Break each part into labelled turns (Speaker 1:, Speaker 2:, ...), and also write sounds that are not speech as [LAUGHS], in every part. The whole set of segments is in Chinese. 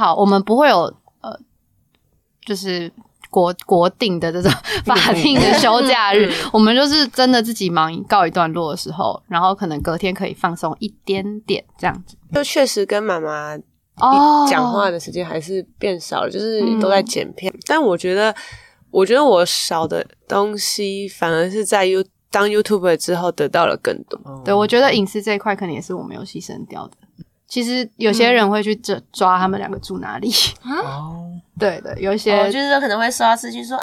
Speaker 1: 好，我们不会有呃，就是国国定的这种法定的休假日，我们就是真的自己忙告一段落的时候，然后可能隔天可以放松一点点这样子。
Speaker 2: 就确实跟妈妈
Speaker 1: 哦
Speaker 2: 讲话的时间还是变少了，就是
Speaker 1: 嗯
Speaker 2: 都在剪片。但我觉得，我觉得我少的东西反而是在 You 当 YouTuber 之后得到了更多。
Speaker 1: 对，
Speaker 3: 哦
Speaker 1: 我觉得隐私这一块可能也是我们有牺牲掉的。其实有些人会去抓抓他们两个住哪里，
Speaker 4: 哦，
Speaker 1: [LAUGHS] 对的，有一些、
Speaker 3: 哦就是说可能会收到私讯
Speaker 2: [LAUGHS]
Speaker 3: 说，啊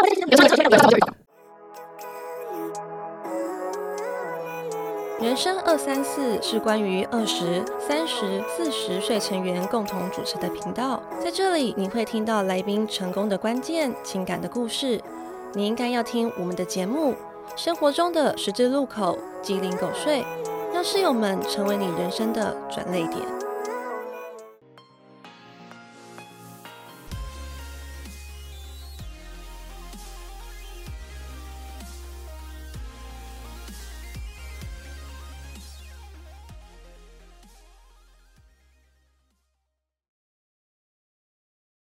Speaker 5: 人生二三四是关于二十三十四十岁成员共同主持的频道，在这里你会听到来宾成功的关键、情感的故事。你应该要听我们的节目，生活中的十字路口、鸡零狗碎，让室友们成为你人生的转泪点。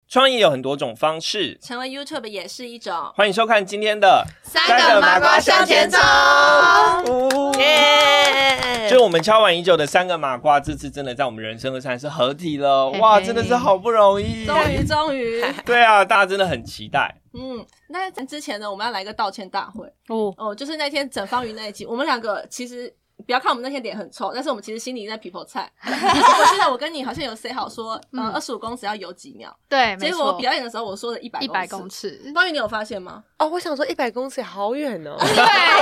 Speaker 6: 创业有很多种方式，
Speaker 5: 成为 YouTube 也是一种。
Speaker 6: 欢迎收看今天的
Speaker 1: 三
Speaker 6: 个麻瓜
Speaker 3: 向前冲
Speaker 6: 耶！就我们敲完已久的三个麻瓜，这次真的在我们人生和三是合体了，
Speaker 1: 嘿嘿
Speaker 6: 哇，真的是好不容易。
Speaker 7: 终于，
Speaker 1: [LAUGHS]
Speaker 7: 终于，
Speaker 6: 对啊，大家真的很期待。
Speaker 7: 嗯，那在之前呢，我们要来一个道歉大会
Speaker 1: 哦，
Speaker 7: 哦，就是那天整方瑜那一集，我们两个其实不要看我们那天脸很臭，但是我们其实心里在皮
Speaker 1: [LAUGHS]
Speaker 7: 婆菜。我记得我跟你好像有 say 好说，嗯，
Speaker 1: 嗯
Speaker 7: 二十五公尺要游几秒，
Speaker 1: 对，没
Speaker 7: 结
Speaker 1: 错
Speaker 7: 果，表演的时候我说了一百
Speaker 1: 一百公
Speaker 7: 公尺。
Speaker 1: 尺，
Speaker 7: 方瑜，你有发现吗？
Speaker 2: 哦，我想说一百公尺好远
Speaker 3: [LAUGHS]
Speaker 2: 哦。
Speaker 1: 对，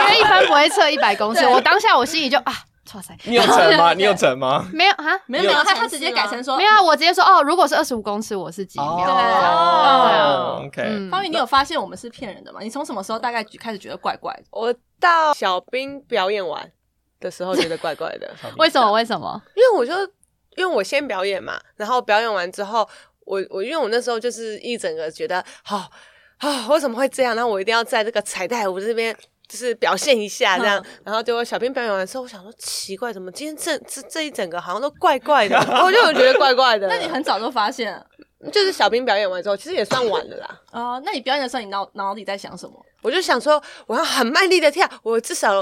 Speaker 1: 因为一般不会测一百公尺，
Speaker 7: 对
Speaker 1: 我当下我心里就啊，哇塞，
Speaker 6: 你有成吗？你有成吗？
Speaker 1: 没有啊，
Speaker 7: 没有
Speaker 6: 有
Speaker 7: 没有，他
Speaker 3: 尝试
Speaker 7: 他直接
Speaker 3: 吗
Speaker 7: 改成说
Speaker 1: 没有，啊，我直接说哦，如果是二十五公尺，我是几秒？
Speaker 6: 哦
Speaker 1: 对啊
Speaker 6: ，OK，
Speaker 7: 方瑜，你有发现我们是骗人的吗？你从什么时候大概开始觉得怪怪的？
Speaker 2: 我到小兵表演完的时候觉得怪怪的，
Speaker 1: 为什么？为什么？
Speaker 2: 因为我就因为我先表演嘛，然后表演完之后，我我因为我那时候就是一整个觉得好啊、为什么会这样？然后我一定要在这个彩带舞这边。就是表现一下这样，
Speaker 7: 嗯
Speaker 2: 然后结果小兵表演完之后，我想说奇怪，怎么今天这这这一整个好像都怪怪
Speaker 7: [LAUGHS]
Speaker 2: 的，哦我就有觉得怪怪的。
Speaker 7: 那你很早就发现
Speaker 2: 就是小兵表演完之后，其实也算晚了啦。
Speaker 7: 哦，那你表演的时候，你脑脑里在想什么？
Speaker 2: 我就想说，我要很卖力的跳，我至少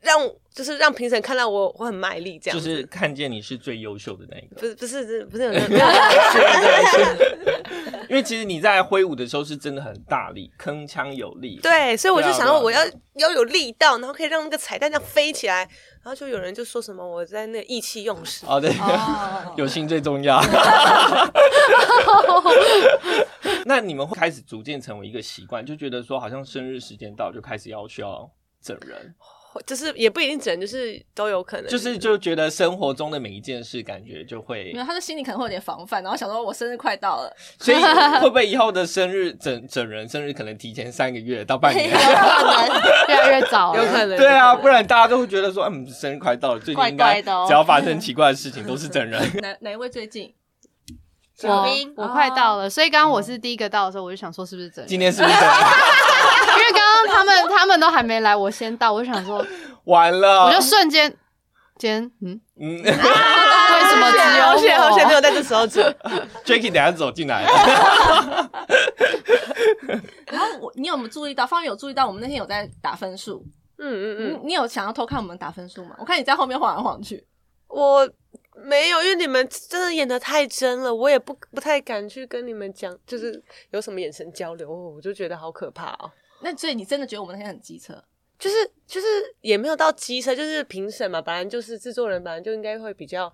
Speaker 2: 让就是让评审看到我我很卖力这样
Speaker 6: 就
Speaker 2: 子。
Speaker 6: 是看见你是最优秀的那一个。 [LAUGHS]
Speaker 2: 不是不是这不是有那没有那
Speaker 6: 因为其实你在挥舞的时候是真的很大力，铿锵有力。
Speaker 2: 对，所以我就想
Speaker 6: 对啊
Speaker 2: 说我要
Speaker 6: 对
Speaker 2: 要有力道，然后可以让那个彩蛋这样飞起来。然后就有人就说什么我在那个意气用事，
Speaker 6: 哦，对，有心最重要。那你们会开始逐渐成为一个习惯，就觉得说好像生日时间到就开始要需要整人，
Speaker 2: 就是也不一定整，就是都有可能。
Speaker 6: 就是就觉得生活中的每一件事感觉就会
Speaker 7: 没有，，他就心里可能会有点防范，然后想说我生日快到了，
Speaker 6: 所以会不会以后的生日整整人生日可能提前三个月到半年？
Speaker 1: 越来越早
Speaker 2: 有
Speaker 1: 了，
Speaker 2: 可能。
Speaker 6: 对啊，不然大家都会觉得说，嗯，生日快到了，最近应该
Speaker 3: 怪怪的哦
Speaker 6: 只要发生奇怪的事情都是整人。
Speaker 7: [LAUGHS] 哪哪一位最近？
Speaker 1: 我
Speaker 3: 兵
Speaker 1: 我快到了，所以刚刚我是第一个到的时候，我就想说是不是真的？
Speaker 6: 今天是不是整人？
Speaker 1: 因为刚刚他们他们都还没来，我先到，我就想说，
Speaker 6: 完了，
Speaker 1: 我就瞬间间嗯，
Speaker 6: 嗯
Speaker 1: 为什么只有
Speaker 6: 哦
Speaker 2: 好险好险
Speaker 1: 我？
Speaker 2: 没有在这
Speaker 6: [LAUGHS]
Speaker 2: 时候整。
Speaker 6: ，Jacky 等一下走进来了。
Speaker 7: 然后我，你有没有注意到？方圆有注意到我们那天有在打分数？
Speaker 2: 嗯嗯嗯，
Speaker 7: 你你有想要偷看我们打分数吗？我看你在后面晃来晃去。
Speaker 2: 我没有，因为你们真的演的太真了，我也不不太敢去跟你们讲，就是有什么眼神交流，我就觉得好可怕哦。
Speaker 7: 那所以你真的觉得我们那天很机车？
Speaker 2: 就是就是也没有到机车，就是评审嘛，本来就是制作人，本来就应该会比较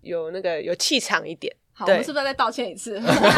Speaker 2: 有那个有气场一点。
Speaker 7: 好，我
Speaker 2: 对
Speaker 7: 们是不是要再道歉一次？
Speaker 2: 不会，可是我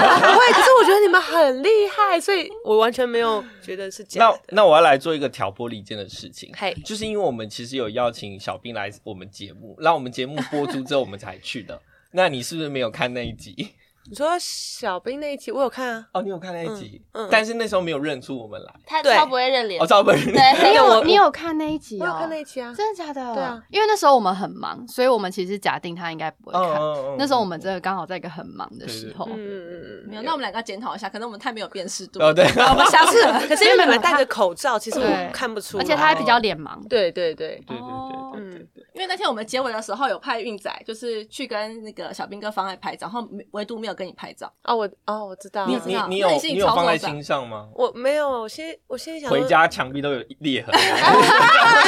Speaker 2: 觉得你们很厉害，所以我完全没有觉得是假
Speaker 6: 那
Speaker 2: 的。
Speaker 6: 那我要来做一个挑拨离间的事情，
Speaker 2: [LAUGHS] 嘿，
Speaker 6: 就是因为我们其实有邀请小兵来我们节目，让我们节目播出之后我们才去的。那你是不是没有看那一集？
Speaker 2: 你说小兵那一集我有看啊，
Speaker 6: 哦，你有看那一集，
Speaker 2: 嗯嗯
Speaker 6: 但是那时候没有认出我们来。
Speaker 3: [LAUGHS] 他
Speaker 2: 对
Speaker 3: 超不会认脸
Speaker 6: 哦，，赵本 [LAUGHS] 人，
Speaker 3: 对， [LAUGHS]
Speaker 1: 你
Speaker 2: 那个我
Speaker 1: 有你有看那一集
Speaker 2: 我有看
Speaker 1: 哦
Speaker 2: 那？一集啊。
Speaker 1: 真的假的？
Speaker 2: 对啊，
Speaker 1: 因为那时候我们很忙，所以我们其实假定他应该不会看。
Speaker 6: 嗯
Speaker 1: 那时候我们真的刚好在一个很忙的时候
Speaker 2: 嗯，嗯嗯
Speaker 7: [LAUGHS] 没有，那我们两个要检讨一下，可能我们太没有辨识度。
Speaker 6: 哦对，
Speaker 7: 我们
Speaker 2: [LAUGHS]
Speaker 7: 下次可能
Speaker 2: 可是因为你们戴着口罩，其实
Speaker 1: 对
Speaker 2: 我看不出来。
Speaker 3: 哦
Speaker 1: 而且他还比较脸盲。
Speaker 2: 对对对，
Speaker 6: 对对对
Speaker 7: 哦
Speaker 6: 对，
Speaker 2: 嗯，
Speaker 7: 因为那天我们结尾的时候有派运仔，就是去跟那个小兵哥方案拍照，然后没唯独没有跟你拍照。
Speaker 2: 哦，我哦，我知道
Speaker 6: 你
Speaker 2: 了，
Speaker 6: 你你有
Speaker 7: 那你心里
Speaker 6: 你有
Speaker 7: 超
Speaker 6: 放在
Speaker 7: 受伤
Speaker 6: 心上吗？
Speaker 2: 我没有，我先我先想说啊
Speaker 6: 回家墙壁都有裂痕，
Speaker 2: 没有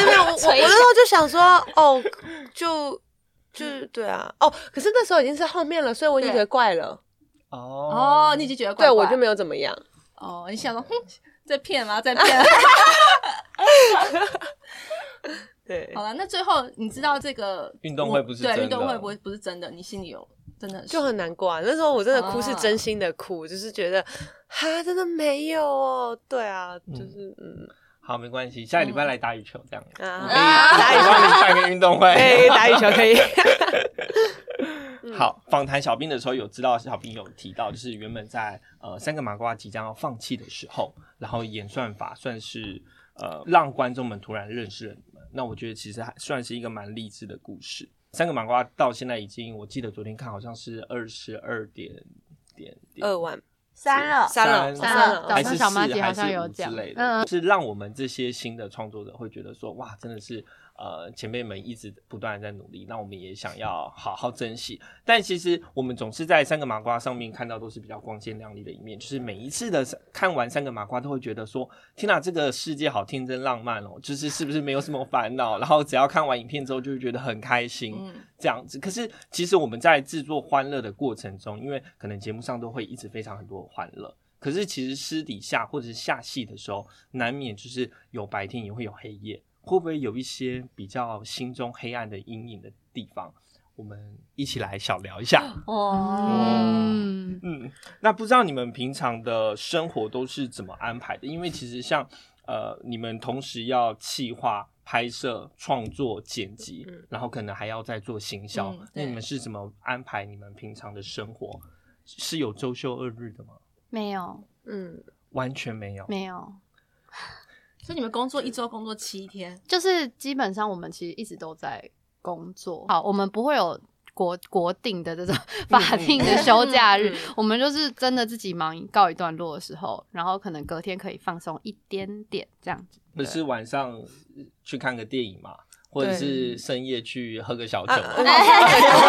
Speaker 2: 没有，
Speaker 7: [LAUGHS]
Speaker 2: 我我我那时候就想说，哦，就就对啊，哦，可是那时候已经是后面了，所以我已经
Speaker 7: 对
Speaker 2: 觉得怪了，
Speaker 6: 哦
Speaker 7: 哦，你已经觉得怪
Speaker 2: 对
Speaker 7: 怪
Speaker 2: 我就没有怎么样。
Speaker 7: 哦，你想说，哼，在骗吗？在骗。 [LAUGHS]
Speaker 2: 对
Speaker 7: 好，了，那最后你知道这个
Speaker 6: 嗯运动会不是
Speaker 7: 对
Speaker 6: 真的
Speaker 7: 运动会不不是真的，你心里有真的嗯
Speaker 2: 就很难过啊。那时候我真的哭是真心的哭，就是觉得哈，真的没有哦。对啊，就是嗯
Speaker 6: 好，没关系，下礼拜来打羽球这样。
Speaker 2: 啊，
Speaker 6: 打羽球办个运动会，
Speaker 2: 可以打羽球，可以。
Speaker 6: 好，访谈小兵的时候有知道，小兵有提到，就是原本在呃三个麻瓜即将要放弃的时候，然后演算法算是呃让观众们突然认识了你们。那我觉得其实还算是一个蛮励志的故事。三个麻瓜到现在已经，我记得昨天看好像是二十二点点点
Speaker 2: 二万
Speaker 3: 删了，
Speaker 2: 删了
Speaker 6: 三
Speaker 2: 删了，
Speaker 1: 早
Speaker 6: 还
Speaker 1: 上
Speaker 6: 是
Speaker 1: 小马
Speaker 6: 四
Speaker 1: 姐
Speaker 6: 还
Speaker 1: 好像
Speaker 6: 是
Speaker 1: 有
Speaker 6: 五
Speaker 1: 讲嗯
Speaker 6: 之类的，就是让我们这些新的创作者会觉得说，哇，真的是呃前辈们一直不断的在努力，那我们也想要好好珍惜。但其实我们总是在三个麻瓜上面看到都是比较光鲜亮丽的一面，就是每一次的看完三个麻瓜都会觉得说，天哪、这个世界好天真浪漫哦，就是是不是没有什么烦恼？然后只要看完影片之后就会觉得很开心，
Speaker 7: 嗯
Speaker 6: 这样子。可是其实我们在制作欢乐的过程中，因为可能节目上都会一直非常很多欢乐，可是其实私底下或者是下戏的时候，难免就是有白天也会有黑夜，会不会有一些比较心中黑暗的阴影的地方？我们一起来小聊一下。
Speaker 1: 嗯，
Speaker 6: 嗯，那不知道你们平常的生活都是怎么安排的？因为其实像呃，你们同时要企划、拍摄、创作、剪辑，
Speaker 2: 嗯
Speaker 6: 然后可能还要再做行销，
Speaker 7: 嗯
Speaker 6: 那
Speaker 7: 对
Speaker 6: 你们是怎么安排你们平常的生活？是有周休二日的吗？
Speaker 1: 没有
Speaker 2: 嗯，
Speaker 6: 完全没有。
Speaker 1: 没有，
Speaker 7: 所以你们工作一周工作七天，
Speaker 1: 就是基本上我们其实一直都在工作。好，我们不会有国国定的这种
Speaker 2: 嗯
Speaker 1: 法定的休假日，我们就是真的自己忙告一段落的时候，然后可能隔天可以放松一点点这样子。
Speaker 6: 不是晚上去看个电影嘛，或者
Speaker 2: 对
Speaker 6: 是深夜去喝个小酒
Speaker 2: 啊
Speaker 6: 嘛？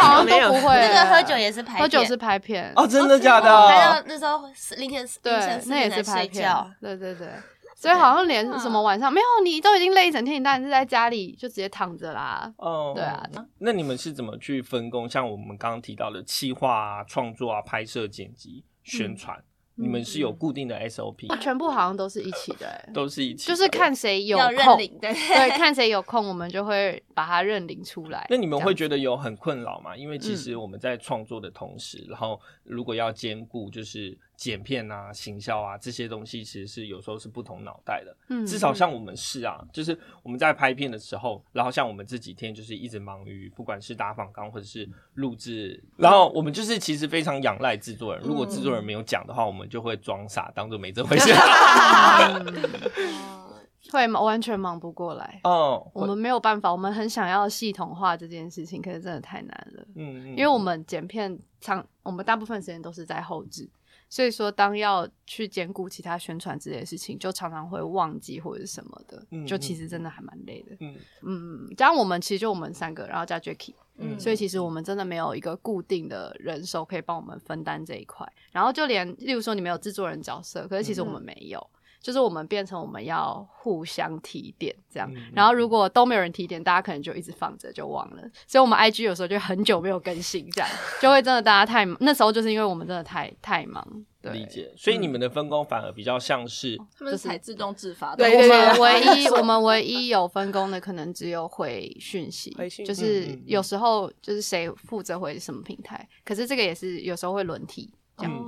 Speaker 1: 好像
Speaker 2: [LAUGHS] 没
Speaker 1: 都
Speaker 2: 有
Speaker 1: 不会。
Speaker 3: 那个喝酒也是拍片，
Speaker 1: 喝酒是拍片
Speaker 6: 哦，真的假的？
Speaker 3: 还有那时候是凌晨四
Speaker 1: 对
Speaker 3: 凌晨，四
Speaker 1: 那也
Speaker 3: 点
Speaker 1: 是
Speaker 3: 才
Speaker 1: 拍
Speaker 3: 睡
Speaker 1: 片
Speaker 3: 觉，，啊嗯
Speaker 1: 对对
Speaker 3: [LAUGHS]
Speaker 1: 对。所以好像连什么晚上没有，你都已经累一整天，你当然是在家里就直接躺着啦。
Speaker 6: 哦，
Speaker 1: 对啊。
Speaker 6: 那你们是怎么去分工？像我们刚刚提到的企划啊、创作啊、拍摄、剪辑、宣传，
Speaker 1: 嗯啊
Speaker 6: 你们是有固定的 SOP，、
Speaker 1: 全部好像都是一起的、欸，
Speaker 6: 嗯都是一起，
Speaker 1: 就是。看谁有
Speaker 3: 要
Speaker 1: 空，
Speaker 3: 认领对。 [LAUGHS]
Speaker 1: 对，看谁有空，我们就会把它认领出来。
Speaker 6: 那你们会觉
Speaker 1: 得
Speaker 6: 得有很困扰吗？因为其实我们在创作的同时，然后如果要兼顾就是剪片啊、行销啊这些东西，其实是有时候是不同脑袋的。
Speaker 1: 嗯
Speaker 6: 至少像我们是啊，就是我们在拍片的时候，然后像我们这几天就是一直忙于不管是打访纲或者是录制，然后我们就是其实非常仰赖制作人。如果制作
Speaker 1: 嗯
Speaker 6: 人没有讲的话，我们就会装傻，当做没这回
Speaker 1: [LAUGHS]
Speaker 6: 事。
Speaker 1: 嗯会忙完全忙不过来。
Speaker 6: 哦，
Speaker 1: 我们没有办法，我们很想要系统化这件事情，可是真的太难了。
Speaker 6: 嗯，
Speaker 1: 因为我们剪片长，我们大部分时间都是在后置，所以说当要去兼顾其他宣传之类的事情，就常常会忘记或者是什么的
Speaker 6: 嗯，
Speaker 1: 就其实真的还蛮累的。
Speaker 6: 嗯
Speaker 1: 嗯，加上我们其实就我们三个，然后加 Jacky，
Speaker 6: 嗯
Speaker 1: 所以其实我们真的没有一个固定的人手可以帮我们分担这一块。然后就连例如说你们有制作人角色，可是其
Speaker 6: 嗯
Speaker 1: 实我们没有，就是我们变成我们要互相提点这样。
Speaker 6: 嗯
Speaker 1: 然后如果都没有人提点，大家可能就一直放着就忘了。所以我们 IG 有时候就很久没有更新，这样就会真的大家太忙那时候就是因为我们真的太太忙，对。嗯哦
Speaker 6: 理解，所以你们的分工反而比较像是
Speaker 7: 他们是才自动自发的。
Speaker 2: 对
Speaker 1: 我
Speaker 2: 对对
Speaker 1: 们
Speaker 7: [LAUGHS]
Speaker 1: 唯一我们唯一有分工的，可能只有回讯息，
Speaker 2: 回讯息
Speaker 1: 就是
Speaker 6: 嗯
Speaker 1: 有时候就是谁负责回什么平台，可是这个也是有时候会轮替这样。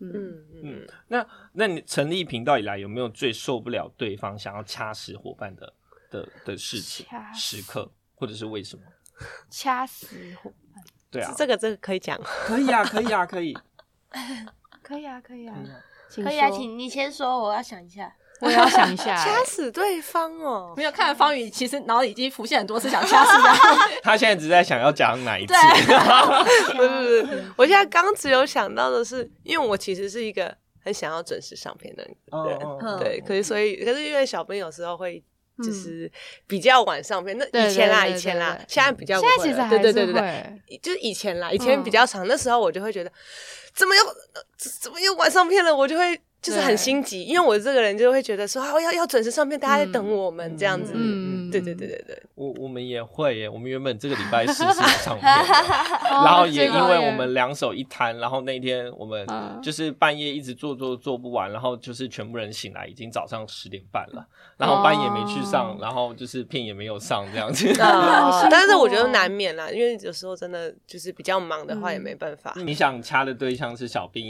Speaker 6: 嗯
Speaker 1: 嗯，
Speaker 2: 嗯嗯，
Speaker 6: 那那你成立频道以来，有没有最受不了对方想要掐死伙伴的的的事情
Speaker 1: 掐死
Speaker 6: 时刻，或者是为什么？
Speaker 1: 掐死伙
Speaker 6: 对
Speaker 1: [LAUGHS]
Speaker 6: 啊，
Speaker 2: 这个这个可以讲，
Speaker 6: 可以啊，可以啊，可以。嗯
Speaker 1: 可以啊，可以啊，请
Speaker 3: 可以啊，
Speaker 1: 说
Speaker 3: 请你先说，我要想一下。
Speaker 1: 我也要想一下、欸
Speaker 2: 掐死对方
Speaker 7: [LAUGHS]
Speaker 2: 哦。
Speaker 7: 没有看方宇，其实脑里已经浮现很多次想掐死
Speaker 3: [LAUGHS]
Speaker 7: 他。
Speaker 6: 他现在只是在想要讲哪一次。
Speaker 2: 不是不是，我现在刚只有想到的是，因为我其实是一个很想要准时上片的人，
Speaker 6: 哦哦哦
Speaker 1: 嗯
Speaker 2: 对，可是所以可是因为小朋友有时候会就是比较晚上片。那以前啦，
Speaker 1: 对对对对
Speaker 2: 以前啦
Speaker 1: 对，
Speaker 2: 现在比较
Speaker 1: 现在
Speaker 2: 不会
Speaker 1: 其实
Speaker 2: 了
Speaker 1: 还
Speaker 2: 对对对
Speaker 1: 是
Speaker 2: 对对，
Speaker 1: 会，嗯
Speaker 2: 就是以前啦，以前比较长，那时候我就会觉得怎么又呃怎怎么又晚上片了，我就会。就是很
Speaker 1: 对
Speaker 2: 心急，因为我这个人就会觉得说，啊，要要准时上片，大家在等我们、
Speaker 6: 嗯
Speaker 2: 这样子。
Speaker 1: 嗯，
Speaker 2: 对对对对对，
Speaker 6: 我我们也会耶，我们原本这个礼拜四是有
Speaker 1: [LAUGHS]
Speaker 6: 上片的，然后也因为我们两手一摊，然后那天我们
Speaker 1: 嗯
Speaker 6: 就是半夜一直做做做不完，然后就是全部人醒来已经早上十点半
Speaker 1: 哦
Speaker 6: 了，然后班也没去上，然后就是片也没有上这
Speaker 1: [LAUGHS]
Speaker 6: 样子。
Speaker 2: 啊但是我觉得
Speaker 1: 哦
Speaker 2: 难免啦，因为有时候真的就是比较忙的
Speaker 1: 嗯
Speaker 2: 话，也没办法。
Speaker 6: 你想掐的对象是小
Speaker 1: [LAUGHS]
Speaker 6: 兵，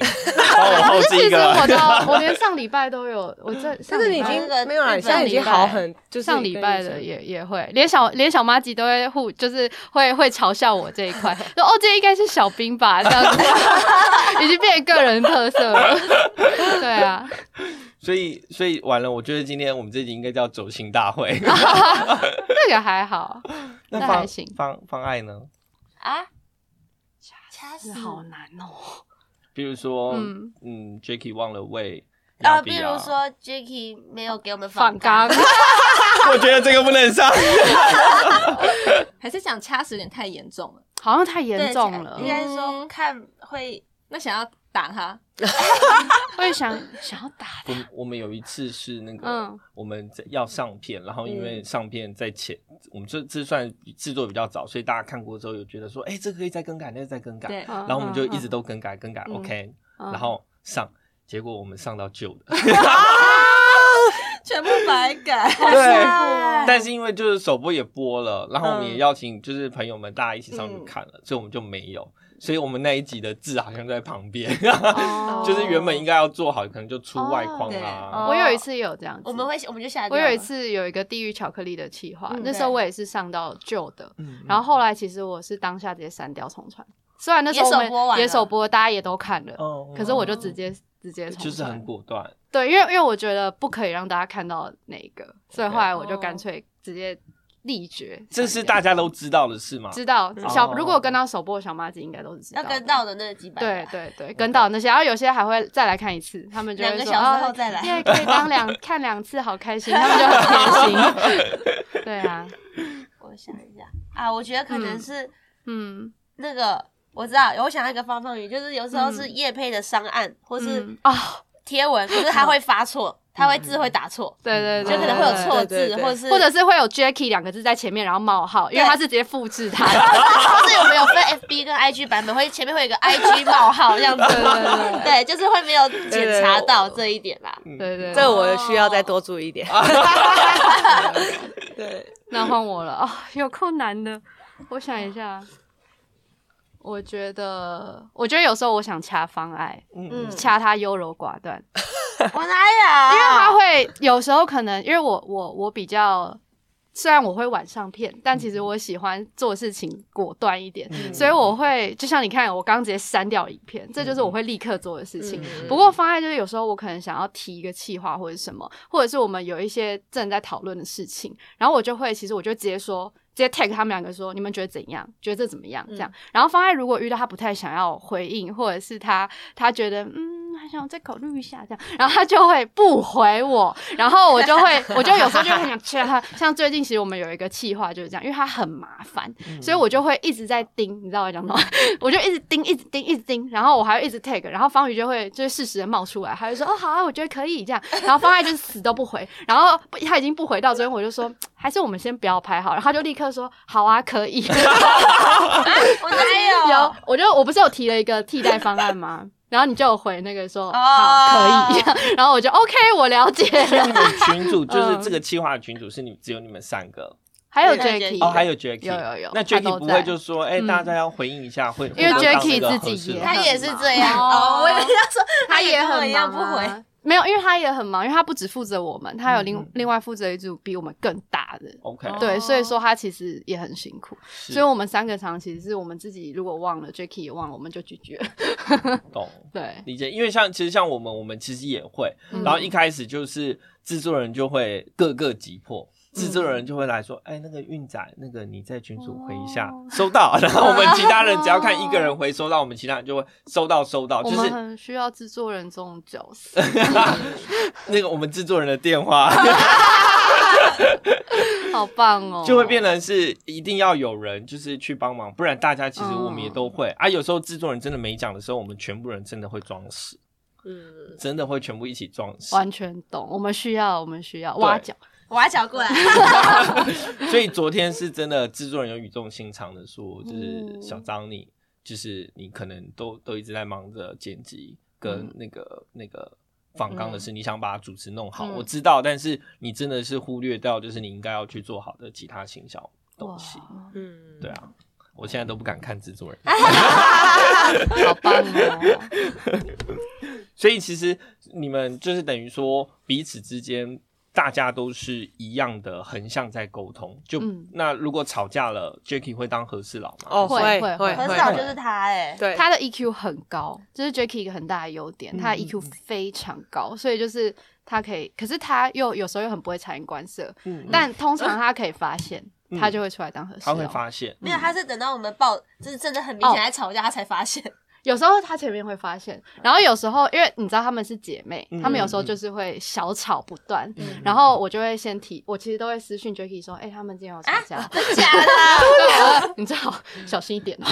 Speaker 6: 帮我后
Speaker 1: 可是
Speaker 6: 置
Speaker 1: 啊其
Speaker 6: 一
Speaker 1: 实我
Speaker 6: 哦个。
Speaker 1: 到我连上礼拜都有，我这上
Speaker 2: 但是
Speaker 1: 礼
Speaker 2: 你已
Speaker 1: 拜
Speaker 2: 经
Speaker 3: 那个
Speaker 2: 没有啦，
Speaker 3: 日本
Speaker 2: 现在已经
Speaker 3: 礼拜
Speaker 2: 好很，就是
Speaker 1: 上礼拜
Speaker 2: 跟
Speaker 1: 的
Speaker 2: 以前
Speaker 1: 也也会，连小连小妈吉都会互，就是会会嘲笑我这一块，说哦，这应该是小兵吧，这样子， [LAUGHS] 已经变成个人特色了。对啊，
Speaker 6: [LAUGHS] 所以所以完了，我觉得今天我们这集应该叫走心
Speaker 1: [LAUGHS]
Speaker 6: 大会。
Speaker 1: 那个还好，
Speaker 6: 那
Speaker 1: 那
Speaker 6: 方
Speaker 1: 还行
Speaker 6: 方方爱呢？
Speaker 3: 啊，掐死，
Speaker 1: 难哦。
Speaker 6: 比如说，嗯
Speaker 1: 嗯
Speaker 6: j a c k i e 忘了喂
Speaker 3: 啊，
Speaker 6: 亚
Speaker 3: 比
Speaker 6: 比
Speaker 3: 如说 Jacky 没有给我们
Speaker 1: 反
Speaker 3: 刚
Speaker 1: 刚，
Speaker 6: 我觉得这个不能
Speaker 3: [LAUGHS]
Speaker 6: 上。
Speaker 7: 还是想掐死有点太严重了。嗯
Speaker 1: 好像太严
Speaker 3: 对
Speaker 1: 重
Speaker 3: 掐
Speaker 1: 了
Speaker 3: 应，该说看会
Speaker 7: 那想要打他，
Speaker 1: 会想想要打
Speaker 6: 我们我们有一次是那个
Speaker 1: 嗯，
Speaker 6: 我们在要上片，然后因为上片在前，我们这这算制作比较早，所以大家看过之后有觉得说，哎，这个可以再更改，那个再更改，
Speaker 7: 对，
Speaker 1: 他，
Speaker 6: 然后我们就一直
Speaker 1: 嗯，
Speaker 6: 都更改更改，OK，
Speaker 1: 嗯
Speaker 6: 然后上，结果我们上到旧
Speaker 1: [LAUGHS]
Speaker 6: 的，
Speaker 7: 全部白改。
Speaker 6: 对，但是因为就是首播也播了，然后我们
Speaker 1: 嗯
Speaker 6: 也邀请就是朋友们大家一起上去
Speaker 7: 嗯
Speaker 6: 看了，所以我们就没有，所以我们那一集的字好像在旁边，
Speaker 1: 哦
Speaker 6: [LAUGHS] 就是原本应该要做好，可能就出外框啊
Speaker 1: 哦
Speaker 6: 啦。
Speaker 1: 我有一次也有这样子，
Speaker 3: [LAUGHS] 我们会我们就下掉
Speaker 1: 我
Speaker 3: 了，
Speaker 1: 有一次有一个地狱巧克力的企划，
Speaker 7: 嗯
Speaker 1: 那时候我也是上到旧的，
Speaker 6: 嗯
Speaker 1: 然后后来其实我是当下直接删掉重传，虽然那时候
Speaker 3: 也
Speaker 1: 我
Speaker 3: 首
Speaker 1: 们
Speaker 3: 播完了嗯
Speaker 1: 也首播，大家也都看了，
Speaker 6: 哦
Speaker 1: 可是我就直接直接重
Speaker 6: 就是很
Speaker 1: 传
Speaker 6: 果断，
Speaker 1: 对，因为因为我觉得不可以让大家看到哪一个，所以后来我就
Speaker 3: 哦
Speaker 1: 干脆直接力决删掉。
Speaker 6: 这是大家都知道的事嘛？
Speaker 1: 知道
Speaker 6: 嗯
Speaker 1: 小
Speaker 6: 哦，
Speaker 1: 如果有跟到首播的小妈子应该都是知道
Speaker 3: 要
Speaker 1: 的
Speaker 3: 跟到的那几百，
Speaker 1: 对，对对，跟到那些，然后有些还会再来看一次，他们就会
Speaker 3: 两个
Speaker 1: 说
Speaker 3: 小时
Speaker 1: 哦
Speaker 3: 后再来
Speaker 1: 因为可以当
Speaker 3: [LAUGHS]
Speaker 1: 两看两次，好开心，他们就很贴心。对啊，
Speaker 3: 我想一下啊，我觉得可能是 [LAUGHS]
Speaker 1: 嗯，
Speaker 3: 那个。我知道，我想到一个方法语，就是有时候
Speaker 1: 嗯
Speaker 3: 是叶配的商案，或是哦
Speaker 1: 嗯啊，
Speaker 3: 贴文，可是他会发错，他会字会打错，
Speaker 1: 对对
Speaker 3: 就
Speaker 1: 对，
Speaker 3: 可能会有
Speaker 1: 哦对
Speaker 3: 错
Speaker 2: 对
Speaker 3: 字
Speaker 2: 对，对
Speaker 3: 或是
Speaker 1: 或者是会有 Jackie 两个字在前面，然后冒号，因为
Speaker 3: 对
Speaker 1: 他是直接复制他
Speaker 3: [LAUGHS]
Speaker 1: 的。
Speaker 3: 或是有没有分 FB 跟 IG 版本，会前面会有一个
Speaker 1: [LAUGHS]
Speaker 3: IG 冒号这样子，
Speaker 1: 对对对
Speaker 3: [LAUGHS] 对，就是会没有检查到这一点啦。
Speaker 1: 对对，
Speaker 2: 这
Speaker 1: 对，
Speaker 2: 我需要
Speaker 3: 哦
Speaker 2: 再多注意一点。
Speaker 1: 啊
Speaker 2: 对，
Speaker 1: 那换我了哦，有够难的。我想一下，我觉得，我觉得有时候我想掐方爱，
Speaker 6: 嗯
Speaker 1: 掐他优柔寡断，
Speaker 3: 我哪
Speaker 1: [LAUGHS]
Speaker 3: 有？
Speaker 1: 因为他会有时候可能，因为我我我比较，虽然我会晚上片，但其实我喜欢做事情果断一点，
Speaker 6: 嗯
Speaker 1: 所以我会就像你看，我刚刚直接删掉影片，这就是我会立刻做的事情。
Speaker 2: 嗯
Speaker 1: 不过方案就是有时候我可能想要提一个企划或者什么，或者是我们有一些正在讨论的事情，然后我就会其实我就直接说。直接 tag 他们两个说，你们觉得怎样？觉得这怎么样？这样，然后方案如果遇到他不太想要回应，或者是他他觉得嗯，还想再考虑一下这样，然后他就会不回我，然后我就会，我就有时候就会很想 [LAUGHS] 劝他。像最近其实我们有一个企划就是这样，因为他很麻烦，
Speaker 6: 嗯
Speaker 1: 所以我就会一直在盯，你知道我在讲什么？ [LAUGHS] 我就一直盯，一直盯，一直盯，然后我还会一直 take，然后方宇就会就是适时的冒出来，他就说哦好啊，我觉得可以这样，然后方爱就是死都不回，然后不他已经不回到昨天，我就说还是我们先不要拍好了，然后他就立刻说好啊，可以。 [LAUGHS]
Speaker 3: 我哪有
Speaker 1: 有？，我就我不是有提了一个替代方案吗？然后你就有回那个说好
Speaker 3: 哦
Speaker 1: 可以， [LAUGHS] 然后我就 OK，我了解
Speaker 6: 所以你
Speaker 1: 了。
Speaker 6: 们群
Speaker 1: [LAUGHS]
Speaker 6: 主就是这个企划的群主是你只有你们三个
Speaker 1: 还有
Speaker 3: 对对对
Speaker 1: Jacky，
Speaker 6: 哦，还有 Jacky，
Speaker 1: 嗯有有有
Speaker 6: 那
Speaker 1: 他都
Speaker 6: Jacky 不会
Speaker 1: 在
Speaker 6: 就说，哎，
Speaker 1: 嗯
Speaker 6: 大家要回应一下，会
Speaker 1: 因为
Speaker 6: 会不会到那
Speaker 1: Jacky
Speaker 6: 个
Speaker 1: 自己
Speaker 6: 合适
Speaker 1: 也
Speaker 6: 的
Speaker 3: 他也是这
Speaker 1: 很
Speaker 3: 样
Speaker 1: 忙
Speaker 3: 哦，我也要说，
Speaker 1: [LAUGHS] 他也
Speaker 3: 跟我
Speaker 1: 很
Speaker 3: 一样
Speaker 1: 忙
Speaker 3: 不回
Speaker 1: 啊。没有，因为他也很忙，因为他不只负责我们，他有另、
Speaker 6: 嗯
Speaker 1: 另外负责一组比我们更大的，
Speaker 6: OK，
Speaker 1: 对，所以说他其实也很辛苦。
Speaker 6: 哦是
Speaker 1: 所以我们三个常其实是我们自己如果忘了，Jacky 也忘了，我们就拒绝。
Speaker 6: 懂
Speaker 1: 对，
Speaker 6: 理解，因为像其实像我们，我们其实也会，
Speaker 1: 嗯
Speaker 6: 然后一开始就是制作人就会各个击破。制作
Speaker 1: 嗯
Speaker 6: 人就会来说：“哎、那个运仔，那个你在群组回一下，
Speaker 1: 哦
Speaker 6: 收到。”然后我们其他人只要看一个人回收到，我们其他人就会收到收到，
Speaker 1: 我
Speaker 6: 就
Speaker 1: 们
Speaker 6: 是
Speaker 1: 很需要制作人这种角色。哦
Speaker 6: 那个我们制作人的电话。
Speaker 1: 好棒哦，
Speaker 6: [LAUGHS] 就会变成是一定要有人就是去帮忙，不然大家其实我们也
Speaker 1: 哦
Speaker 6: 都会、啊。有时候制作人真的没讲的时候，我们全部人真的会装死，
Speaker 2: 嗯，
Speaker 6: 真的会全部一起装死。
Speaker 1: 完全懂，我们需要，我们需要挖角，
Speaker 3: 挖角
Speaker 1: [LAUGHS]
Speaker 3: 过来，
Speaker 6: 所以昨天是真的，制作人有语重心长的说，
Speaker 1: 嗯
Speaker 6: 就是小张你，就是你可能都都一直在忙着剪辑
Speaker 1: 嗯
Speaker 6: 跟那个、那个访纲的事，你想把主持弄好，
Speaker 3: 嗯
Speaker 6: 我知道，但是你真的是忽略掉，就是你应该要去做好的其他行销东西。
Speaker 2: 嗯，
Speaker 6: 对，啊，我现在都不敢看制作人。
Speaker 1: 啊好棒哦，
Speaker 6: 所以其实你们就是等于说彼此之间大家都是一样的横向在沟通。就、
Speaker 1: 嗯
Speaker 6: 那如果吵架了，Jacky 会当和事佬吗？
Speaker 2: 哦，
Speaker 1: 会
Speaker 2: 会
Speaker 1: 会
Speaker 2: 会，
Speaker 1: 会
Speaker 3: 很
Speaker 2: 会
Speaker 3: 少就是他哎，
Speaker 2: 对，
Speaker 1: 他的 EQ 很高，这、是 Jacky 一个很大的优点，他的
Speaker 6: 嗯嗯
Speaker 1: EQ 非常高，所以就是他可以，可是他又有时候又很不会察言观色，
Speaker 6: 嗯
Speaker 1: 但通
Speaker 6: [LAUGHS]
Speaker 1: 常他可以发现，
Speaker 6: 嗯
Speaker 1: 他就会出来当和事
Speaker 6: 他会
Speaker 1: 佬。
Speaker 6: 发现，
Speaker 3: 没有，他是等到我们爆，就是真的很明显
Speaker 1: 哦
Speaker 3: 在吵架，他才发现。
Speaker 1: 有时候他前面会发现，然后有时候因为你知道他们是姐妹
Speaker 6: 嗯，
Speaker 1: 他们有时候就是会小吵不断，
Speaker 6: 嗯
Speaker 1: 然后我就会先提，我其实都会私讯 Jacky 说，哎、他们今天有吵架。
Speaker 6: 啊
Speaker 1: 啊
Speaker 3: 真假 [LAUGHS] 的？
Speaker 1: 对， [LAUGHS] 你最好小心一
Speaker 6: [LAUGHS]
Speaker 1: 点哦、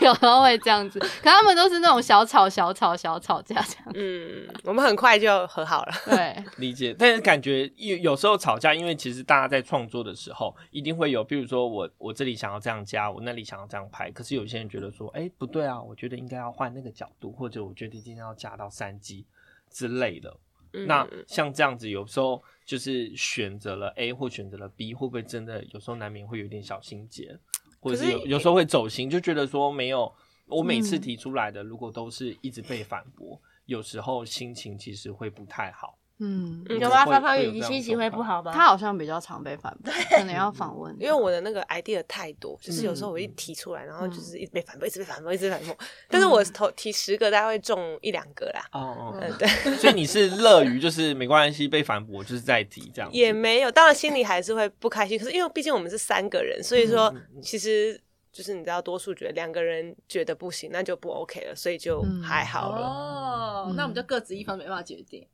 Speaker 1: 有时候会这样子，可他们都是那种小吵、小吵、小吵架这样。
Speaker 2: 嗯，我们很快就和好了，
Speaker 1: 对，
Speaker 6: 理解，但是感觉有有时候吵架，因为其实大家在创作的时候一定会有，比如说我我这里想要这样加，我那里想要这样拍，可是有些人觉得说，哎、不对啊，我觉得应该要换那个角度，或者我觉得今天要加到三 G 之类的。
Speaker 2: 嗯
Speaker 6: 那像这样子，有时候就是选择了 A 或选择了 B，会不会真的有时候难免会有点小心结，或者是有
Speaker 2: 可是
Speaker 6: 有时候会走心，就觉得说没有，我每次提出来的如果都是一直被反驳，有时候心情其实会不太好。
Speaker 1: 嗯，
Speaker 2: 嗯
Speaker 6: 有
Speaker 3: 有
Speaker 6: 吗
Speaker 7: 啊
Speaker 3: 吗？
Speaker 6: 会发
Speaker 3: 发
Speaker 6: 发
Speaker 3: 发
Speaker 6: 会有
Speaker 3: 语
Speaker 6: 语这样
Speaker 3: 气
Speaker 6: 气
Speaker 3: 心
Speaker 6: 情
Speaker 3: 情
Speaker 6: 会
Speaker 3: 会
Speaker 6: 不
Speaker 3: 不
Speaker 6: 好
Speaker 3: 好吧？
Speaker 1: 他好像比较常被反驳，可能要访问，
Speaker 2: 因为我的那个 idea 太多，就是有时候我一提出来，然后
Speaker 1: 嗯
Speaker 2: 就是一直被反驳，一直被反驳，一直被反驳。但是我投提十个，大概会中一两个啦。
Speaker 6: 哦
Speaker 2: 嗯，
Speaker 6: [LAUGHS]
Speaker 2: 对，
Speaker 6: 所以你是乐于就是没关系被反驳，就是再提这样子。
Speaker 2: 也没有，当然心里还是会不开心。可是因为毕竟我们是三个人，所以
Speaker 6: 嗯
Speaker 2: 说其实就是你知道，多数觉得两个人觉得不行，那就不 OK 了，所以就
Speaker 1: 嗯
Speaker 2: 还好了。
Speaker 7: 哦，那我们就各执一方，没办法决定，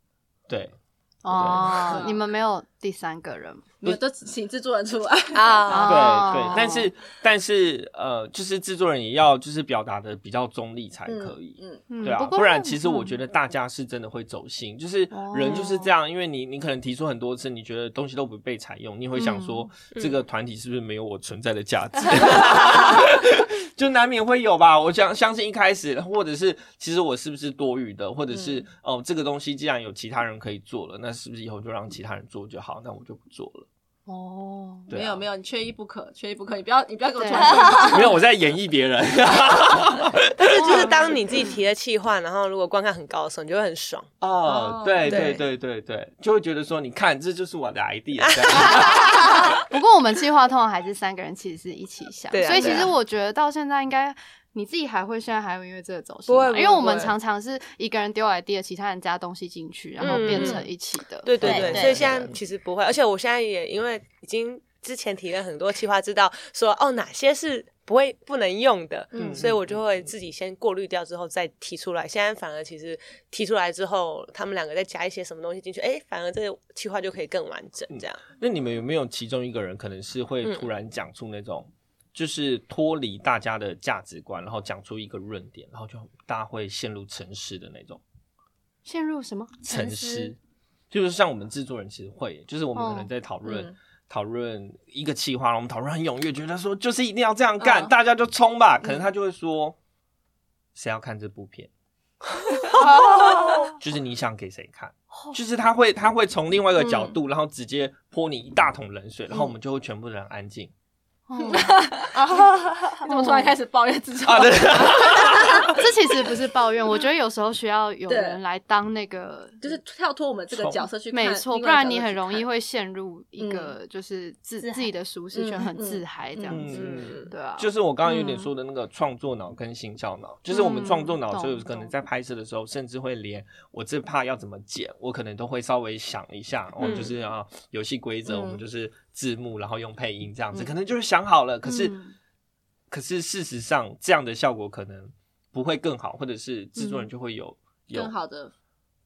Speaker 6: 对，
Speaker 1: 哦
Speaker 7: 对，
Speaker 1: 你们没有第三个人吗
Speaker 7: 没有就请制作人出来。
Speaker 2: 啊，
Speaker 1: 哦
Speaker 6: 对对，但是但是呃，就是制作人也要就是表达的比较中立才可以。
Speaker 7: 嗯，
Speaker 1: 嗯
Speaker 6: 对啊，
Speaker 1: 过
Speaker 6: 不然其实我
Speaker 1: 嗯
Speaker 6: 觉得大家是真的会走心，就是人就是这样，因为你你可能提出很多次，你觉得东西都不被采用，你会想说这个团体是不是没有我存在的价值， [LAUGHS] 就难免会有吧。我相相信一开始，或者是其实我是不是多余的，或者是哦、这个东西既然有其他人可以做了，那是不是以后就让其他人做就好？那我就不做了。
Speaker 1: 哦，
Speaker 6: 对啊
Speaker 7: 没有没有，你缺一不可，缺一不可，你不要你不要给我
Speaker 1: 对啊
Speaker 7: 重
Speaker 6: [LAUGHS]
Speaker 7: 复。
Speaker 6: 没有，我在演绎别人。 [LAUGHS]
Speaker 2: 但是
Speaker 1: 哦
Speaker 2: 就是当你自己提了气话，然后如果观看很高的时候，你就会很爽。
Speaker 6: 哦
Speaker 7: 哦，
Speaker 6: 对对
Speaker 2: 对
Speaker 6: 对对对，就会觉得说，你看，这就是我的 idea 这样。
Speaker 1: 不过我们计划通常还是三个人，其实是一起想，
Speaker 2: 对啊
Speaker 1: 所以其
Speaker 2: 对啊
Speaker 1: 实我觉得到现在应该。你自己还会现在还会因为这个走心
Speaker 2: 不
Speaker 1: 吗？
Speaker 2: 会不会
Speaker 1: 因为我们
Speaker 2: 不会
Speaker 1: 常常是一个人丢 idea，其他人加东西进去，然后
Speaker 2: 嗯
Speaker 1: 变成一起的。
Speaker 2: 对对
Speaker 3: 对
Speaker 2: 对，
Speaker 3: 对
Speaker 2: 所以现在其实不会，而且我现在也因为已经之前提了很多计划，知道说哦哪些是不会不能用的，
Speaker 6: 嗯
Speaker 2: 所以我就会自己先过滤掉之后再提出来。现在反而其实提出来之后，他们两个再加一些什么东西进去，哎，反而这个计划就可以更完整。这样，
Speaker 6: 那你们有没有其中一个人可能是会突然讲出那种，就是脱离大家的价值观，然后讲出一个论点，然后就大家会陷入沉思的那种
Speaker 1: 陷入什么？
Speaker 6: 沉
Speaker 3: 沉
Speaker 6: 思
Speaker 3: 思？
Speaker 6: 就是像我们制作人其实会，就是我们可能
Speaker 1: 哦
Speaker 6: 在讨论、
Speaker 7: 嗯
Speaker 6: 讨论一个企划，然后我们讨论很踊跃，觉得说就是一定要这样干，
Speaker 7: 嗯
Speaker 6: 大家就冲吧。可能他就会说，谁要看这部
Speaker 7: [LAUGHS]
Speaker 6: 片？就是你想给谁看，
Speaker 7: 哦
Speaker 6: 就是他会他会从另外一个角
Speaker 7: 嗯
Speaker 6: 度，然后直接泼你一大桶冷水，然后我们就会全部人安静、
Speaker 2: [LAUGHS]
Speaker 1: 哦
Speaker 7: 你怎么突然开始抱怨自己？
Speaker 6: 啊！对，
Speaker 1: 这其实不是抱怨，我觉得有时候需要有
Speaker 7: 对
Speaker 1: 人来当那个，
Speaker 7: [LAUGHS] 就是跳脱我们这个角色去看，
Speaker 1: 没错，
Speaker 7: 另
Speaker 1: 不
Speaker 7: 外一个角色
Speaker 1: 然你很容易
Speaker 7: 去看。
Speaker 1: 会陷入一个就是自
Speaker 3: 嗯自嗨
Speaker 1: 自己的舒适圈，
Speaker 7: 嗯
Speaker 1: 很
Speaker 7: 嗯
Speaker 1: 自嗨这样子。
Speaker 6: 嗯，
Speaker 1: 对啊，
Speaker 6: 就是我刚刚有点说的那个创作脑跟行销脑，就是我们创作脑
Speaker 1: 懂
Speaker 6: 就是可能在拍摄的时候，甚至会连我这怕要怎么剪，我可能都会稍微想一下，哦，
Speaker 2: 嗯
Speaker 6: 就是啊，游戏规则
Speaker 7: 嗯
Speaker 6: 我们就是字幕，然后用配音这样子，可能就是想好了，可是
Speaker 1: 嗯
Speaker 6: 可是事实上这样的效果可能不会更好，或者是制作人就会有有
Speaker 7: 更好的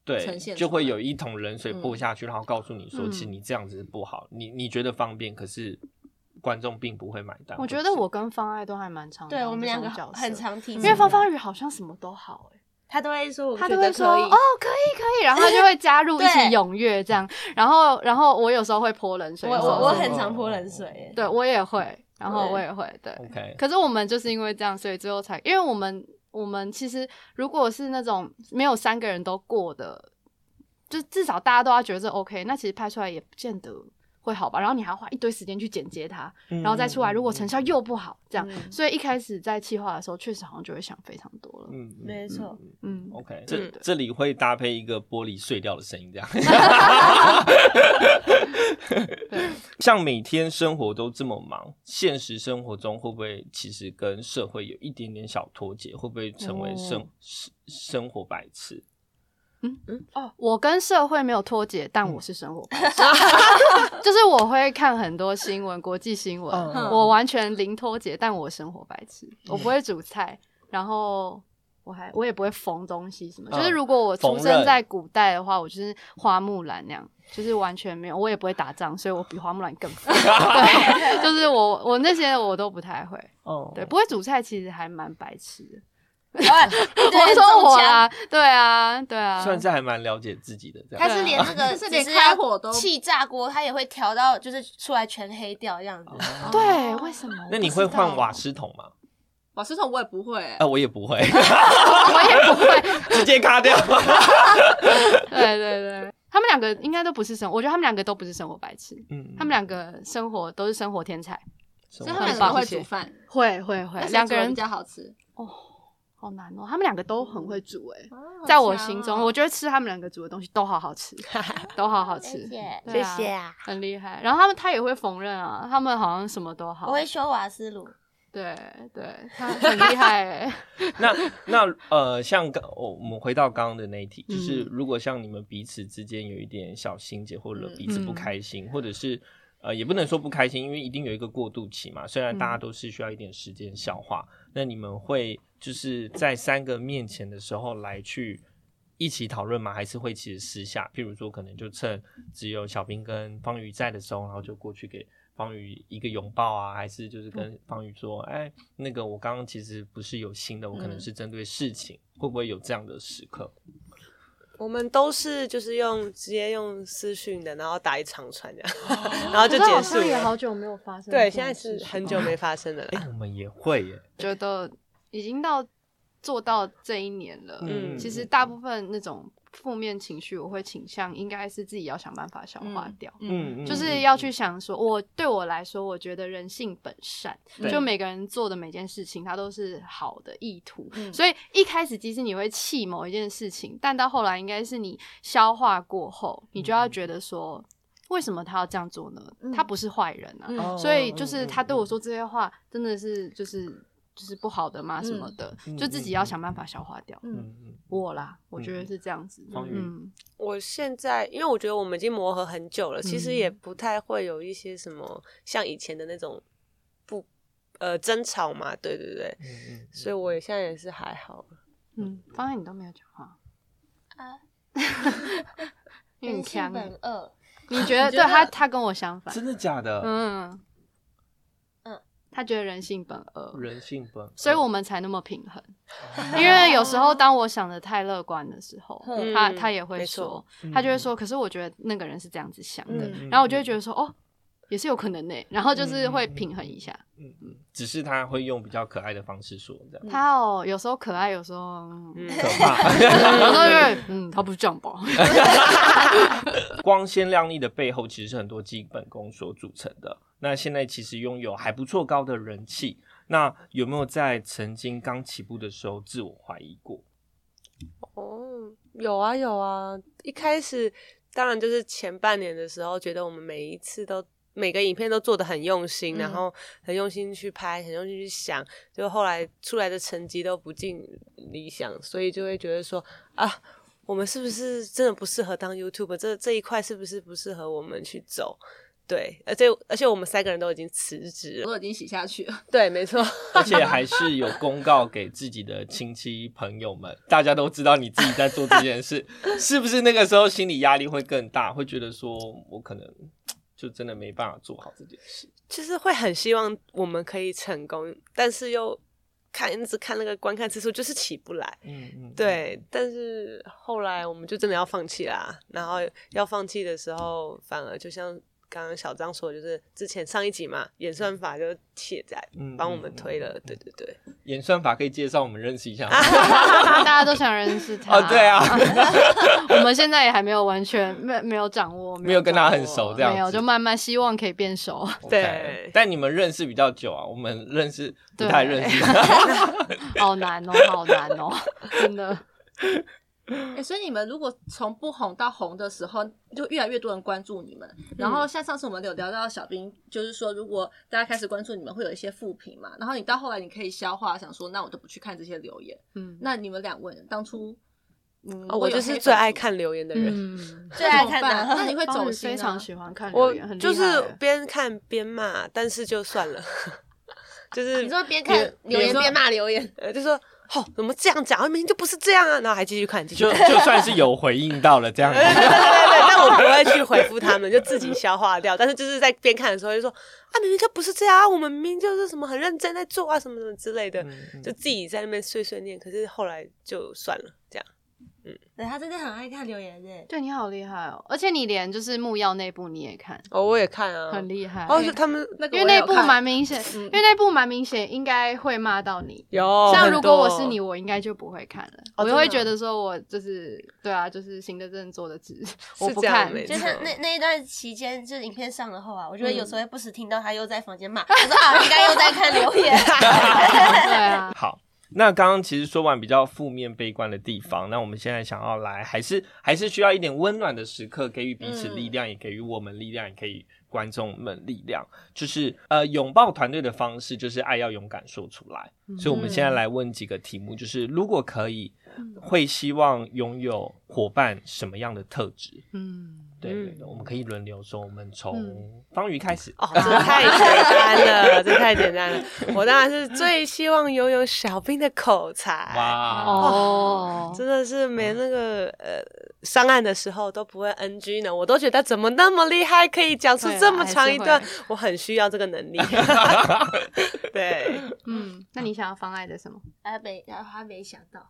Speaker 6: 对
Speaker 7: 呈现，
Speaker 6: 就
Speaker 7: 出
Speaker 6: 会
Speaker 7: 来
Speaker 6: 有一桶冷水泼下去，然后告诉你说，
Speaker 1: 嗯
Speaker 6: 其实你这样子是不好，你你觉得方便，可是观众并不会买单。
Speaker 1: 我觉
Speaker 6: 或
Speaker 1: 得
Speaker 6: 是
Speaker 1: 我跟方爱都还蛮常
Speaker 3: 对
Speaker 1: 当
Speaker 3: 我们
Speaker 1: 这
Speaker 3: 两
Speaker 1: 种
Speaker 3: 个
Speaker 1: 角
Speaker 3: 很
Speaker 1: 色， [LAUGHS]
Speaker 3: 常提
Speaker 1: 因
Speaker 3: 起，
Speaker 1: 为方方宇好像什么都好、欸，
Speaker 3: 他都会说，我
Speaker 1: 他
Speaker 3: 觉
Speaker 1: 都
Speaker 3: 得
Speaker 1: 会说
Speaker 3: 可以
Speaker 1: 哦，可以可以，然后他就会加入一起
Speaker 3: 对
Speaker 1: 踊跃这样，然后然后我有时候会泼冷水，
Speaker 3: 我
Speaker 1: 有时
Speaker 3: 我
Speaker 6: 哦
Speaker 1: 候
Speaker 3: 我
Speaker 1: 是
Speaker 3: 很常泼冷水耶，
Speaker 1: 对我也会，然后
Speaker 3: 对
Speaker 1: 我也会对，
Speaker 6: OK，
Speaker 1: 可是我们就是因为这样，所以最后才，因为我们我们其实如果是那种没有三个人都过的，就至少大家都要觉得这 OK，那其实拍出来也不见得会好吧。然后你还要花一堆时间去剪接它，
Speaker 6: 然
Speaker 1: 然后再出
Speaker 6: 嗯
Speaker 1: 来，如果成效又不好，这样，
Speaker 7: 嗯
Speaker 1: 所以一开始在企划的时候，确实好像就会想非常多了。
Speaker 6: 嗯，哦
Speaker 3: 没错，
Speaker 1: 嗯，
Speaker 6: OK，这
Speaker 2: 嗯
Speaker 6: 这里会搭配一个玻璃碎掉的声音，这样。
Speaker 1: [LAUGHS]
Speaker 6: 像每天生活都这么忙，现实生活中会不会其实跟社会有一点点小脱节？会不会成为
Speaker 1: 哦
Speaker 6: 生、生生活白痴？
Speaker 1: 我跟社会没有脱节，但我是生活白痴，就是我会看很多新闻，国际新闻，
Speaker 6: 嗯
Speaker 1: 我完全零脱节，但我生活白痴，我不会煮菜，然后我还我也不会缝东西什么，
Speaker 6: 嗯
Speaker 1: 就是如果我出
Speaker 6: 缝纫
Speaker 1: 生在古代的话，我就是花木兰那样。就是完全没有，我也不会打仗，所以我比花木兰更
Speaker 6: [LAUGHS]
Speaker 1: 疯。对，就是我我那些我都不太会，
Speaker 3: 嗯
Speaker 6: 哦
Speaker 1: 对，不会煮菜其实还蛮白痴的。[LAUGHS]
Speaker 3: 对
Speaker 1: 我说我，
Speaker 3: 中枪
Speaker 1: 啦，对啊，对啊，
Speaker 6: 算是还蛮了解自己的这样。
Speaker 3: 他是连那个
Speaker 7: 就是
Speaker 3: 只
Speaker 7: 连
Speaker 3: 是
Speaker 7: 开
Speaker 3: 要
Speaker 7: 火都
Speaker 3: 气炸锅，他也会调到就是出来全黑掉这
Speaker 1: 哦
Speaker 3: 样子。
Speaker 1: 对，
Speaker 7: 哦
Speaker 1: 为什么？
Speaker 6: 那你会换
Speaker 1: [LAUGHS]
Speaker 6: 瓦斯桶吗？
Speaker 7: 瓦斯桶我也不会欸
Speaker 6: 啊，，我也不会，
Speaker 1: 我
Speaker 6: [LAUGHS]
Speaker 1: 也不会。
Speaker 6: 直接
Speaker 1: [LAUGHS]
Speaker 6: 卡掉。
Speaker 1: 对对对，他们两个应该都不是生，我觉得他们两个都不是生活白痴，
Speaker 6: 嗯
Speaker 1: 他们两个生活都是生活天才。
Speaker 6: 生
Speaker 7: 所
Speaker 6: 活
Speaker 7: 以他
Speaker 1: 很
Speaker 7: 们两个
Speaker 1: 棒
Speaker 7: 会
Speaker 1: 谢谢
Speaker 7: 煮饭，
Speaker 1: 会会会
Speaker 7: 那谁
Speaker 1: 两
Speaker 7: 煮
Speaker 1: 个
Speaker 7: 的
Speaker 1: 人
Speaker 7: 比较好吃。
Speaker 1: 好难哦，他们两个哦都很会煮哎、
Speaker 7: 啊
Speaker 1: 在我心中，我觉得吃他们两个煮的东西都好好 [LAUGHS] 吃，都好好吃，
Speaker 3: 谢
Speaker 1: 对啊，
Speaker 2: 啊，
Speaker 1: 很厉害。然后他们他也会缝纫啊，他们好像什么都好
Speaker 3: 我，会修瓦斯炉，
Speaker 1: 对对，他很厉害哎、
Speaker 6: 那那呃，像刚、哦、我们回到刚刚的那一题，就是
Speaker 1: 嗯
Speaker 6: 如果像你们彼此之间有一点小心结，或者
Speaker 7: 嗯
Speaker 6: 彼此不开心，或者是呃，也不能说不开心，因为一定有一个过渡期嘛。虽然大家
Speaker 1: 嗯
Speaker 6: 都是需要一点时间消化，那你们会就是在三个面前的时候来去。一起讨论吗？还是会其实私下，譬如说，可能就趁只有小兵跟方宇在的时候，然后就过去给方宇一个拥抱啊，还是就是跟
Speaker 1: 嗯
Speaker 6: 方宇说，哎，那个我刚刚其实不是有心的，我可能
Speaker 7: 嗯
Speaker 6: 是针对事情，会不会有这样的时刻？ [COUGHS]
Speaker 2: 我们都是就是用直接用私讯的，然后打一长串这
Speaker 1: 哦
Speaker 2: 样，然后就
Speaker 1: 可是好
Speaker 2: 结束
Speaker 1: 像也好
Speaker 2: 了。
Speaker 1: 久没有发生。
Speaker 2: 对，现在是很
Speaker 1: [LAUGHS]
Speaker 2: 久没发生了啦。
Speaker 6: 哎，我们也会耶，
Speaker 1: 觉得已经到做到这一年了，
Speaker 6: 嗯
Speaker 1: 其实大部分那种负面情绪，我会倾向应该是自己要想办法消化掉。
Speaker 6: 嗯，
Speaker 1: 就是要去想说，我对我来说，我觉得人性本善，
Speaker 6: 对
Speaker 1: 就每个人做的每件事情，它都是好的意图。
Speaker 7: 嗯
Speaker 1: 所以一开始，即使你会气某一件事情，但到后来，应该是你消化过后，你就要
Speaker 6: 嗯
Speaker 1: 觉得说，为什么他要这样做呢？他不是坏人啊，
Speaker 7: 嗯
Speaker 6: 哦
Speaker 1: 所以就是他对我说这些话，真的是就是就是不好的嘛什么的，
Speaker 6: 嗯
Speaker 1: 就自己要想办法消化掉。
Speaker 6: 嗯，嗯
Speaker 1: 我啦，我觉得是这样子。
Speaker 6: 方宇
Speaker 1: 嗯，
Speaker 2: 我现在，因为我觉得我们已经磨合很久了，其实也不太会有一些什么像以前的那种不呃争吵嘛，对对对，
Speaker 6: 嗯嗯嗯
Speaker 2: 所以我也现在也是还好。
Speaker 1: 嗯，方案你都没有讲话
Speaker 3: 啊，
Speaker 1: 因为 [LAUGHS] 你
Speaker 3: 人性
Speaker 1: 强，
Speaker 3: 本恶，
Speaker 1: 你觉得对他他跟我相反，
Speaker 6: 真的假的？
Speaker 1: 嗯
Speaker 3: 嗯
Speaker 1: 他觉得人性本恶，
Speaker 6: 人性本恶，
Speaker 1: 所以我们才那么平衡。因为有时候当我想的太乐观的时候，
Speaker 3: 嗯
Speaker 1: 他他也会
Speaker 2: 没错
Speaker 1: 说，
Speaker 6: 嗯
Speaker 1: 他就会说，可是我觉得那个人是这样子想的，
Speaker 6: 嗯
Speaker 1: 然后我就会觉得说，哦，也是有可能呢、然后就是会平衡一下。
Speaker 6: 嗯嗯只是他会用比较可爱的方式说这样，
Speaker 1: 他哦，有时候可爱，有时候，嗯
Speaker 2: 嗯，
Speaker 6: 可怕。 [LAUGHS]
Speaker 1: 有时候就是，嗯，他不是这样吧？
Speaker 6: 光鲜亮丽的背后，其实是很多基本功所组成的。那现在其实拥有还不错高的人气，那有没有在曾经刚起步的时候自我怀疑过？
Speaker 2: 哦，有啊有啊，一开始当然就是前半年的时候，觉得我们每一次都每个影片都做的很用心，然
Speaker 7: 嗯
Speaker 2: 后很用心去拍，很用心去想，就后来出来的成绩都不尽理想，所以就会觉得说啊，我们是不是真的不适合当 YouTube？这这一块是不是不适合我们去走？对，而且而且我们三个人都已经辞职了。
Speaker 7: 我都已经洗下去了。
Speaker 2: 对，没错，
Speaker 6: 而且还是有公告给自己的亲戚朋友们，大家都知道你自己在做这件事， [LAUGHS] 是不是那个时候心理压力会更大，会觉得说我可能就真的没办法做好这件事。
Speaker 2: 就是会很希望我们可以成功，但是又看一直看那个观看次数，就是起不来。
Speaker 6: 嗯嗯，
Speaker 2: 对，但是后来我们就真的要放弃啦。然后要放弃的时候，反而就像刚刚小张说的，就是之前上一集嘛，演算法就卸载
Speaker 6: 嗯
Speaker 2: 帮我们推了。
Speaker 6: 嗯嗯
Speaker 2: 对对对，
Speaker 6: 演算法可以介绍我们认识一
Speaker 2: [LAUGHS]
Speaker 6: 下吗？
Speaker 1: 大家都想认识他。
Speaker 6: 哦，对啊，
Speaker 1: 我们现在也还没有完全没没有掌握，
Speaker 6: 没有跟他很
Speaker 1: 掌握
Speaker 6: 熟这样子
Speaker 1: 没有就慢慢希望可以变熟。
Speaker 2: [LAUGHS] 对
Speaker 6: 但你们认识比较久啊，我们认识不
Speaker 1: 对
Speaker 6: 太认识。 [LAUGHS]
Speaker 1: 好难哦，好难哦，真的。 [LAUGHS]
Speaker 7: 哎、所以你们如果从不红到红的时候，就越来越多人关注你们。
Speaker 1: 嗯
Speaker 7: 然后像上次我们有聊到小兵，就是说如果大家开始关注你们，会有一些负评嘛。然后你到后来你可以消化，想说那我都不去看这些留言。
Speaker 1: 嗯，
Speaker 7: 那你们两位当初，嗯，
Speaker 2: 哦我就是最爱看留言的人。
Speaker 1: [LAUGHS] 嗯，
Speaker 3: 最爱看
Speaker 7: 的，
Speaker 3: 的。
Speaker 7: 那你会
Speaker 1: 方
Speaker 7: 走
Speaker 1: 宇
Speaker 7: 心、啊？
Speaker 1: 非常喜欢看留
Speaker 2: 我
Speaker 1: 言，很厉害
Speaker 2: 就是边看边骂，但是就算了， [LAUGHS] 就是
Speaker 3: 你说边看
Speaker 2: 比如
Speaker 3: 留言
Speaker 2: 说
Speaker 3: 边骂留言，
Speaker 2: 呃，就说哦，怎么这样讲？明明就不是这样啊，然后还继续看，继续
Speaker 6: 就
Speaker 2: 看。
Speaker 6: 就算是有回应到了这样子，
Speaker 2: 对对对对，但我不会去回复他们，就自己消化掉。但是就是在边看的时候就说啊，明明就不是这样啊，我们明明就是什么很认真在做啊，什么什么之类的，
Speaker 6: 嗯
Speaker 2: 就自己在那边碎碎念。可是后来就算了，这样。
Speaker 3: 对他真的很爱看留言的。
Speaker 1: [LAUGHS] 对你好厉害哦，而且你连就是木曜那部你也看，
Speaker 2: 哦，我也看啊
Speaker 1: 很厉害。
Speaker 2: 哦，就他们
Speaker 7: 那个
Speaker 1: 因
Speaker 7: 我
Speaker 1: 为
Speaker 7: 也
Speaker 1: 那
Speaker 7: 有
Speaker 1: 部
Speaker 7: 看
Speaker 1: 蛮明显，因为那部蛮明显，应该会骂到你。
Speaker 2: 有
Speaker 1: 像如果我是
Speaker 2: 哦很多
Speaker 1: 你，我应该就不会看了，
Speaker 2: 哦
Speaker 1: 我
Speaker 2: 真的
Speaker 1: 就会觉得说，我就是对啊，就是行得正，坐得直，我不
Speaker 2: 这样
Speaker 1: 看。
Speaker 2: 没错
Speaker 3: 就是那那一段期间，就是影片上了后啊，我觉得有时候会不时听到他又在房间骂，他说啊，应该又在看留言。 [LAUGHS]
Speaker 1: 对
Speaker 6: [LAUGHS]
Speaker 1: 啊，
Speaker 6: 好。那刚刚其实说完比较负面悲观的地方，那我们现在想要来，还是还是需要一点温暖的时刻，给予彼此力量，也给予我们力量，也给予观众们力量。就是呃，拥抱团队的方式，就是爱要勇敢说出来。
Speaker 1: 嗯
Speaker 6: [LAUGHS] 所以我们现在来问几个题目，就是如果可以，
Speaker 1: 嗯
Speaker 6: 会希望拥有伙伴什么样的特质？
Speaker 1: 嗯，
Speaker 6: 对对对，我们可以轮流说，我们从方瑜开始。
Speaker 2: 哦，这太简单了，这太简单了。我当然是最希望拥有小兵的口才。
Speaker 6: 哇， [LAUGHS]
Speaker 1: 哦，
Speaker 2: [LAUGHS] 真的是没那个呃上岸的时候都不会 NG 呢，我都觉得怎么那么厉害，可以讲出
Speaker 1: 对啊
Speaker 2: 这么长一段
Speaker 1: 还是，
Speaker 2: 我很需要这个能
Speaker 1: [LAUGHS]
Speaker 2: 力。对，
Speaker 1: 嗯，那你想要方爱的什么？
Speaker 3: 他没，然后他没想到，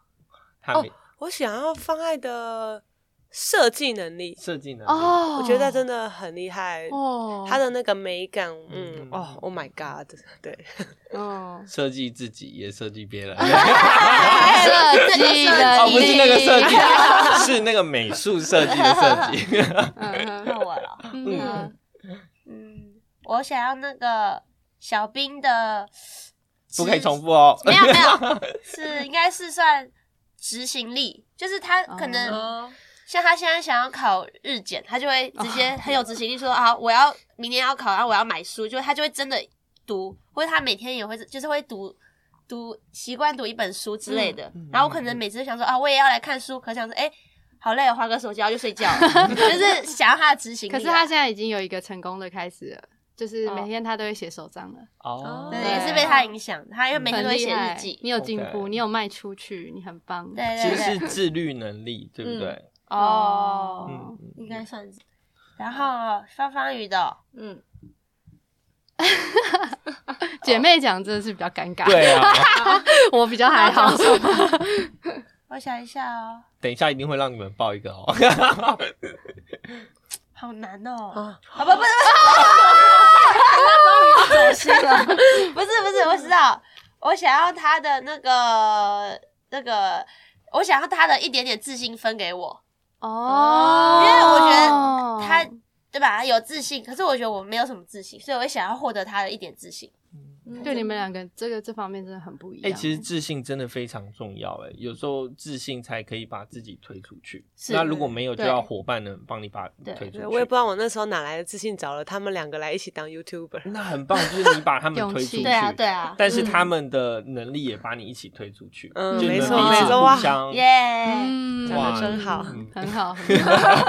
Speaker 6: 他
Speaker 1: 哦
Speaker 6: 没
Speaker 2: 我想要方爱的设计能力，
Speaker 6: 设计能力
Speaker 1: 哦，
Speaker 2: 我觉得真的很厉害。
Speaker 1: 哦，
Speaker 2: 他的那个美感，嗯
Speaker 6: 嗯，
Speaker 2: 哦，Oh my God，对，
Speaker 1: 哦，
Speaker 6: 设计自己也设计别
Speaker 1: [LAUGHS]
Speaker 6: 人，
Speaker 1: 设计的
Speaker 6: 哦，不是那个设
Speaker 1: 力，
Speaker 6: 计， [LAUGHS] 是那个美术设计的设计。
Speaker 1: 嗯
Speaker 3: 那我了。
Speaker 1: 哼嗯，
Speaker 3: 嗯，我想要那个小兵的，
Speaker 6: [SNIFFS] 不可以重复哦。
Speaker 3: [LAUGHS] 没有没有，是应该是算执行力，就是他可能、
Speaker 7: 哦，
Speaker 3: 像他现在想要考日检，他就会直接
Speaker 6: 哦
Speaker 3: 很有执行力说啊，我要明年要考，然后我要买书，就他就会真的读，或者他每天也会就是会读。读习惯读一本书
Speaker 6: 嗯
Speaker 3: 之类的，然后我可能每次都想说啊，我也要来看书，可想说哎、好累哦，划个手机然后就睡觉了，
Speaker 6: [LAUGHS]
Speaker 3: 就是想要他的执行力啊。
Speaker 1: 可是他现在已经有一个成功的开始了，就是每天他都会写手账了，
Speaker 6: [LAUGHS] 哦
Speaker 3: 对，
Speaker 7: 对
Speaker 3: 也是被他影响，他因为每天
Speaker 1: 很
Speaker 3: 都会写
Speaker 1: 厉
Speaker 3: 日
Speaker 1: 害
Speaker 3: 记。
Speaker 1: 你有进步，
Speaker 6: OK
Speaker 1: 你有迈出去，你很棒。
Speaker 3: 对
Speaker 6: 其
Speaker 3: 对
Speaker 6: 实
Speaker 3: 对，
Speaker 6: 是自律能力，对不对？
Speaker 3: 哦，
Speaker 6: 嗯，
Speaker 3: 应该算是。然后方方宇的哦，
Speaker 7: 嗯，
Speaker 1: 姐妹讲真的是比较尴尬，
Speaker 6: 对啊。
Speaker 1: 我比较还好。
Speaker 3: 啊
Speaker 1: [LAUGHS]
Speaker 3: 我想一下哦，
Speaker 6: 等一下一定会让你们报一个哦。
Speaker 3: 好难哦。
Speaker 2: 啊，
Speaker 3: 好吧，不是不是不是，我知道，我想要他的那个那个，我想要他的一点点自信分给我，
Speaker 1: 哦，
Speaker 3: 因为我觉得他对吧？有自信，可是我觉得我没有什么自信，所以我也想要获得他的一点自信。
Speaker 7: 嗯
Speaker 1: 对你们两个这个这方面真的很不一
Speaker 6: 哎，
Speaker 1: 样。
Speaker 6: 其实自信真的非常重要，哎，有时候自信才可以把自己推出去。
Speaker 3: 是
Speaker 6: 那如果没有，就
Speaker 3: 对
Speaker 6: 要伙伴能帮你把你
Speaker 3: 对
Speaker 6: 推出去。
Speaker 2: 对我也不知道我那时候哪来的自信，找了他们两个来一起当 YouTuber。
Speaker 6: 那很棒，就是你把他们
Speaker 1: 勇
Speaker 6: 推
Speaker 1: 气
Speaker 6: 出去。
Speaker 3: 对啊，对啊，
Speaker 6: 但是他们的能力也把你一起推出去，
Speaker 2: 嗯
Speaker 6: 就你
Speaker 1: 没
Speaker 6: 们
Speaker 1: 错
Speaker 6: 彼此
Speaker 1: 没错
Speaker 6: 互
Speaker 2: 哇
Speaker 3: 哎
Speaker 6: 相
Speaker 3: 耶，
Speaker 1: 嗯，
Speaker 2: 讲得真好
Speaker 6: 嗯 [LAUGHS]
Speaker 1: 很好，很好。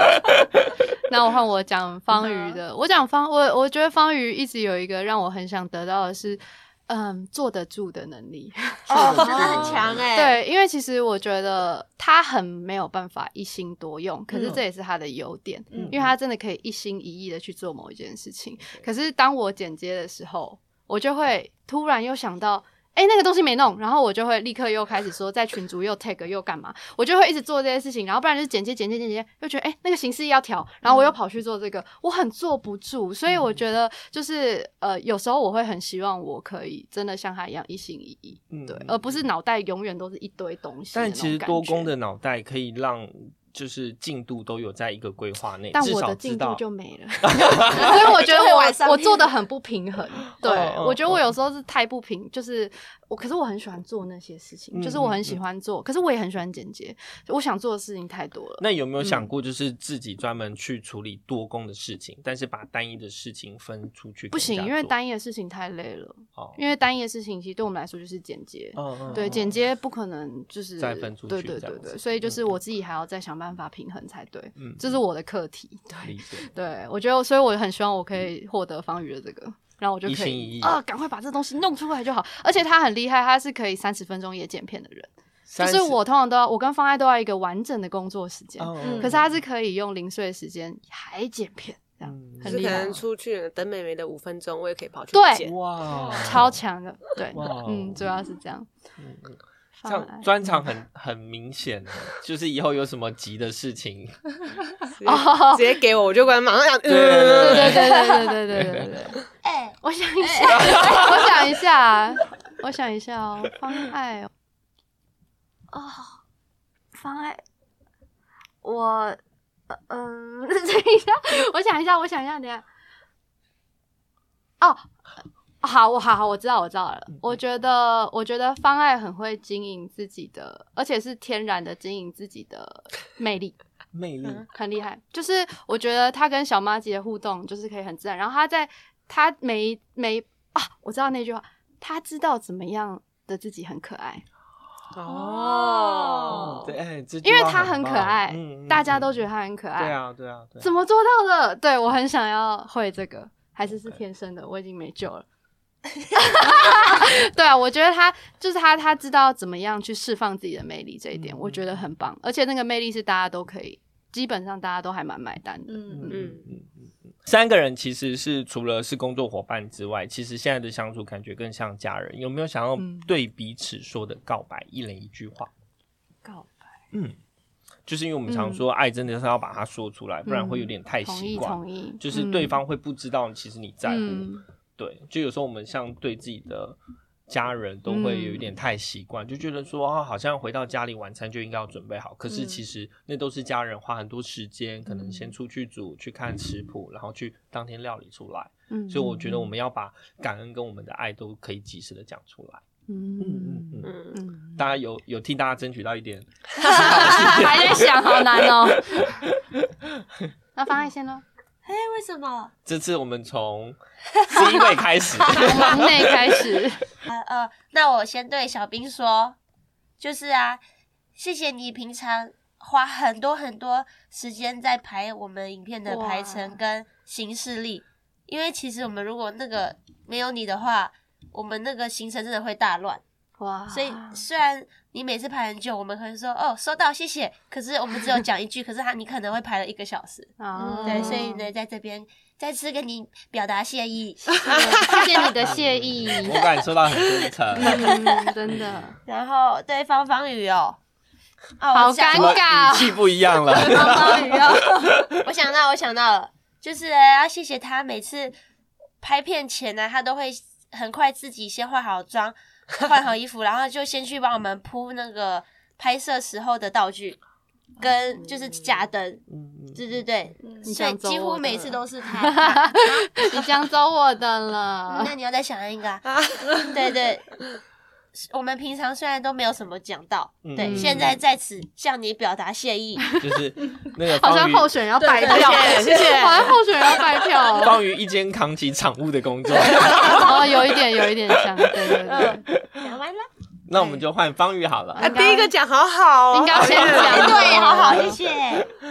Speaker 1: [LAUGHS] 那我换我讲方瑜
Speaker 3: 嗯
Speaker 1: 的，我讲方，我我觉得方瑜一直有一个让我很想得到的是，嗯，坐得住的能力。
Speaker 3: 哦，真的很强哎、
Speaker 1: 对，因为其实我觉得他很没有办法一心多用，可是这也是他的优点，
Speaker 6: 嗯
Speaker 1: 因为他真的可以一心一意的去做某一件事情。可是当我剪接的时候，我就会突然又想到。哎、那个东西没弄，然后我就会立刻又开始说，在群组又 tag 又干嘛，我就会一直做这些事情，然后不然就是剪接剪接剪接，又觉得哎、诶那个形式要调，然后
Speaker 6: 嗯
Speaker 1: 我又跑去做这个，我很坐不住，所以我觉得就是呃，有时候我会很希望我可以真的像他一样一心一意，
Speaker 6: 嗯
Speaker 1: 对，而不是脑袋永远都是一堆东西的那
Speaker 6: 但
Speaker 1: 种感觉。
Speaker 6: 其实多工的脑袋可以让就是进度都有在一个规划内，
Speaker 1: 但
Speaker 6: 至
Speaker 1: 我
Speaker 6: 少
Speaker 1: 的
Speaker 6: 知
Speaker 1: 进度
Speaker 6: 道
Speaker 1: 就没
Speaker 6: [LAUGHS]
Speaker 1: 了，所以我觉得
Speaker 3: 就会晚上
Speaker 1: 我我
Speaker 3: 面
Speaker 1: 做的很不平衡。对
Speaker 6: 哦，哦
Speaker 1: 我觉得我有时候是太不平，就是我，可是我很喜欢做那些事情，
Speaker 6: 嗯
Speaker 1: 就是我很喜欢做，可是我也很喜欢剪接，我想做的事情太多了。
Speaker 6: 那有没有
Speaker 1: 嗯
Speaker 6: 想过，就是自己专门去处理多工的事情，但是把单一的事情分出去给人家做？
Speaker 1: 不行，因为单一的事情太累了，
Speaker 6: 哦，
Speaker 1: 因为单一的事情其实对我们来说就是剪接。
Speaker 6: 嗯嗯
Speaker 1: 对，
Speaker 6: 嗯
Speaker 1: 剪接不可能就是
Speaker 6: 再分出去
Speaker 1: 对对
Speaker 6: 这
Speaker 1: 对
Speaker 6: 样子
Speaker 1: 对，所以就是
Speaker 6: 嗯
Speaker 1: 我自己还要再想办法平衡才对，
Speaker 6: 嗯
Speaker 1: 这是我的课题。对，[LAUGHS]
Speaker 6: 理解。
Speaker 1: 对，我觉得，所以我很希望我可以获得方宇的这个，然后我就
Speaker 6: 一
Speaker 1: 可
Speaker 6: 心一
Speaker 1: 以
Speaker 6: 意
Speaker 1: 啊，赶快把这东西弄出来就好。而且他很厉害，他是可以三十分钟也剪片的人，就是
Speaker 6: 30
Speaker 1: 我，通常都要，我跟方爱都要一个完整的工作时间，
Speaker 6: 哦
Speaker 1: 可是他是可以用零碎的时间还剪片，这样、
Speaker 6: 嗯
Speaker 2: 就
Speaker 1: 很
Speaker 2: 是
Speaker 1: 厉
Speaker 2: 可
Speaker 1: 害哦
Speaker 2: 能，出去等美眉的五分钟，我也可以跑去
Speaker 1: 对
Speaker 2: 捡。
Speaker 6: 哇，
Speaker 1: 超强的，对
Speaker 6: 哇哦，
Speaker 1: 嗯，主要是这样。
Speaker 6: 嗯！嗯这
Speaker 1: 方
Speaker 6: 样
Speaker 1: 爱
Speaker 6: 专长很很明显哦，就是以后有什么急的事情，
Speaker 2: 直
Speaker 1: 哦
Speaker 2: 接直接给我，我就管马上想，
Speaker 6: 对对对
Speaker 1: 对对
Speaker 2: 嗯，
Speaker 1: 对对对对对对对，
Speaker 3: 哎、
Speaker 1: 我想一下，我想一下，我想一下哦，方爱哦，
Speaker 3: 哦，方爱，我，呃
Speaker 1: [LAUGHS]
Speaker 3: 嗯，这样
Speaker 1: 我想一下，我想一下，等一下。哦，好，我好好，我知道，我知道了。我觉得，我觉得方爱很会经营自己的，而且是天然的经营自己的魅力，
Speaker 6: 魅力
Speaker 1: 很厉害。就是我觉得他跟小妈姐的互动，就是可以很自然。然后他在他每一每一啊，我知道那句话，他知道怎么样的自己很可爱，
Speaker 2: 哦
Speaker 6: 哦，对，哎，这
Speaker 1: 嗯
Speaker 6: 句
Speaker 1: 因为
Speaker 6: 话
Speaker 1: 他很可
Speaker 6: 棒
Speaker 1: 爱，
Speaker 6: 嗯嗯
Speaker 1: 大家都
Speaker 6: 嗯
Speaker 1: 觉得他很可爱。
Speaker 6: 对啊，对啊，对啊
Speaker 1: 怎么做到的？对我很想要会这个，还是是天生的，我已经没救了。 [LAUGHS] 对啊，我觉得他就是他，他知道怎么样去释放自己的魅力，这一点、
Speaker 6: 嗯
Speaker 1: 我觉得很棒。而且那个魅力是大家都可以，基本上大家都还蛮买单的。
Speaker 6: 嗯
Speaker 1: 嗯，
Speaker 6: 嗯嗯嗯嗯，三个人其实是除了是工作伙伴之外，其实现在的相处感觉更像家人。有没有想要
Speaker 1: 嗯
Speaker 6: 对彼此说的告白，一人一句话？
Speaker 1: 告白，
Speaker 6: 嗯，就是因为我们常说，爱真的是要把它说出来，不然会有点太
Speaker 1: 同
Speaker 6: 习
Speaker 1: 意
Speaker 6: 惯，
Speaker 1: 同意，
Speaker 6: 就是
Speaker 1: 嗯
Speaker 6: 对方会不知道其实你在乎。
Speaker 1: 嗯
Speaker 6: 对，就有时候我们像对自己的家人都
Speaker 1: 嗯
Speaker 6: 会有一点太习惯，就觉得说啊，好像回到家里晚餐就应该要准备好。可是
Speaker 1: 嗯
Speaker 6: 其实那都是家人花很多时间，可能先出去煮，去看食谱，然后去当天料理出来。
Speaker 1: 嗯
Speaker 6: 所以我觉得我们要把感恩跟我们的爱都可以及时的讲出来。
Speaker 1: 嗯
Speaker 6: 嗯嗯嗯，
Speaker 2: 嗯，
Speaker 1: 嗯，
Speaker 6: 大家有有替大家争取到一点，
Speaker 1: [LAUGHS] 还在想，好难 [LAUGHS] 哦。那方爱先喽，
Speaker 3: 哎、为什么？
Speaker 6: 这次我
Speaker 1: [LAUGHS]
Speaker 6: 们从十一位开始。
Speaker 1: 忙内开始，
Speaker 3: 呃呃，那我先对小兵说，就是啊，谢谢你平常花很多很多时间在排我们影片的
Speaker 1: 哇
Speaker 3: 排程跟行事历，因为其实我们如果那个没有你的话，我们那个行程真的会大乱。
Speaker 1: [LAUGHS] 哇，
Speaker 3: 所以虽然你每次排很久，我们可能说哦收到谢谢，可是我们只有讲一句，可是他你可能会排了一个小时。
Speaker 1: 啊
Speaker 3: 对，所以呢，在这边再次跟你表达
Speaker 1: [LAUGHS]
Speaker 3: 谢意。
Speaker 1: 对谢谢你的谢意。
Speaker 6: [LAUGHS] 我感受到很真诚，
Speaker 1: 嗯，真的，
Speaker 3: [LAUGHS] 然后对方方宇哦，哦，
Speaker 1: 好
Speaker 3: 我想
Speaker 1: 尴
Speaker 6: 我
Speaker 1: 尬
Speaker 6: 语气不一样了。
Speaker 1: [LAUGHS]
Speaker 3: 对方方宇哦， [LAUGHS] 我想到，我想到了，就是要谢谢他，每次拍片前呢、他都会很快自己先化好妆、换好衣服，然后就先去帮我们铺那个拍摄时候的道具，
Speaker 1: 嗯
Speaker 3: 跟就是假灯，
Speaker 6: 嗯
Speaker 3: 对对对，
Speaker 1: 你
Speaker 3: 所以
Speaker 1: 抢走
Speaker 3: 几
Speaker 1: 我
Speaker 3: 乎
Speaker 1: 的
Speaker 3: 每次都
Speaker 1: [LAUGHS]
Speaker 3: 是他。
Speaker 1: 你抢走我的
Speaker 3: 嗯
Speaker 1: 了。
Speaker 3: 那你要再想一个、
Speaker 2: [LAUGHS]
Speaker 3: 啊， [LAUGHS] 对对。我们平常虽然都没有什么讲到，
Speaker 6: 嗯
Speaker 3: 对，
Speaker 1: 嗯
Speaker 3: 现在在此向你表达
Speaker 1: [LAUGHS]
Speaker 3: 谢意。
Speaker 6: 就是那个
Speaker 1: 好
Speaker 6: 方
Speaker 1: 像
Speaker 6: 宇，
Speaker 1: 候选人要拜票，
Speaker 2: 对谢谢谢谢
Speaker 1: 好像候选人要拜票哦。
Speaker 6: 方宇一肩扛起场务的工作。
Speaker 1: 哦，有一点，有一点像，对对对，
Speaker 3: 讲完了，
Speaker 6: [LAUGHS] 那我们就
Speaker 2: 哎
Speaker 1: 哎
Speaker 6: 换方宇好了。
Speaker 1: 嗯
Speaker 2: 啊，第一个讲好好哦，
Speaker 1: 应该先
Speaker 2: 好
Speaker 1: 讲
Speaker 2: 耶
Speaker 3: 对，好好，谢谢。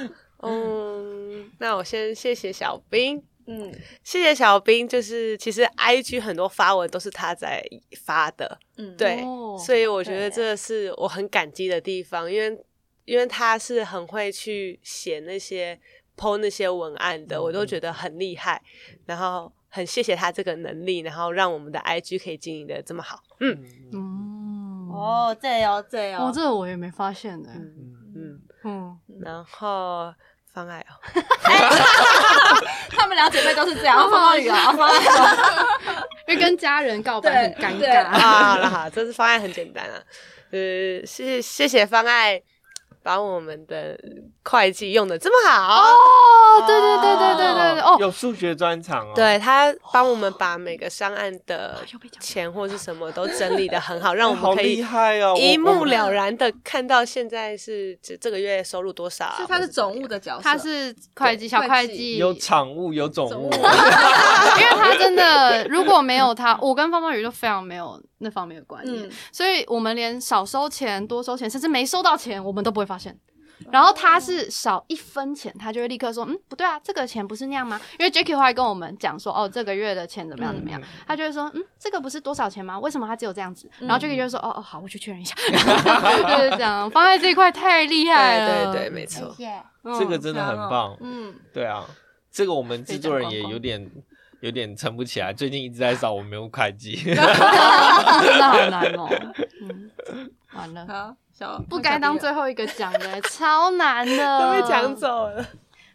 Speaker 2: [LAUGHS] 嗯，那我先谢谢小兵，
Speaker 7: 嗯，
Speaker 2: 谢谢小兵。就是其实 I G 很多发文都是他在发的，
Speaker 7: 嗯，
Speaker 2: 对，
Speaker 1: 哦
Speaker 2: 所以我觉得
Speaker 7: 对
Speaker 2: 这是我很感激的地方，因为因为他是很会去写那些 PO 那些文案的，我都觉得很厉害，然后很谢谢他这个能力，然后让我们的 IG 可以经营的这么好，嗯
Speaker 1: 嗯，哦，
Speaker 3: 哦，对哦，对哦，
Speaker 1: 这个我也没发现呢。
Speaker 2: 嗯嗯，
Speaker 1: 嗯，
Speaker 2: 然后方爱哦，
Speaker 7: 他们两姐妹都是这
Speaker 1: [LAUGHS]
Speaker 7: 样，
Speaker 1: 好
Speaker 7: 方宇啊，方宇
Speaker 1: 因为跟家人告白很
Speaker 7: 对
Speaker 1: 尴
Speaker 7: 对
Speaker 1: 尬。
Speaker 2: 啊，好了好，这次方案很简单啊，呃，谢谢谢谢方爱把我们的会计用的这么好，
Speaker 1: 哦，对对对对对对对，哦，
Speaker 6: 有数学专场哦，，
Speaker 2: 对他帮我们把每个商案的
Speaker 1: 又被讲
Speaker 2: 钱或是什么都整理的很好，让我
Speaker 6: 好
Speaker 2: 们可
Speaker 6: 厉
Speaker 2: 以
Speaker 6: 害哦，
Speaker 2: 一
Speaker 6: 我
Speaker 2: 目了。然的看到现在是这这个月收入多少啊、
Speaker 7: 所以他
Speaker 2: 或
Speaker 7: [LAUGHS] 是
Speaker 2: 者怎么
Speaker 7: 总务的角色，
Speaker 1: 他是会计小会
Speaker 7: 会
Speaker 1: 计，
Speaker 7: 计
Speaker 1: 因
Speaker 6: 有场务，有总务，哦
Speaker 7: 总
Speaker 1: [LAUGHS]
Speaker 7: 务
Speaker 1: 为他真的如果没有他，我跟方方宇都非常没有那方面的观念
Speaker 7: 嗯，，
Speaker 1: 所以我们连少收钱、多收钱，甚至没收到钱，我们都不会发现。然后他是少一分钱，他就会立刻说，嗯，不对啊，这个钱不是那样吗？因为 Jacky 后来跟我们讲说，哦，这个月的钱怎么样怎么样，他就会说，嗯，这个不是多少钱吗？为什么他只有这样子？然后 Jacky 就会说，哦哦，好，我去确认一下。 [LAUGHS] 就是这样，放在这一块太厉害了，
Speaker 2: 对对对，没错。
Speaker 3: 谢。
Speaker 1: 嗯
Speaker 6: 这
Speaker 1: [LAUGHS]
Speaker 6: 个真的很棒。
Speaker 1: 哦
Speaker 7: 嗯，
Speaker 6: 对啊，这个我们制作人也有点有点撑不起来，最近一直在找我们有
Speaker 1: [LAUGHS]
Speaker 6: 会计。
Speaker 1: 真的好难哦。嗯，完了，
Speaker 7: 好，小
Speaker 1: 不该当最后一个讲的，超难的，
Speaker 2: [LAUGHS] 都被抢走了，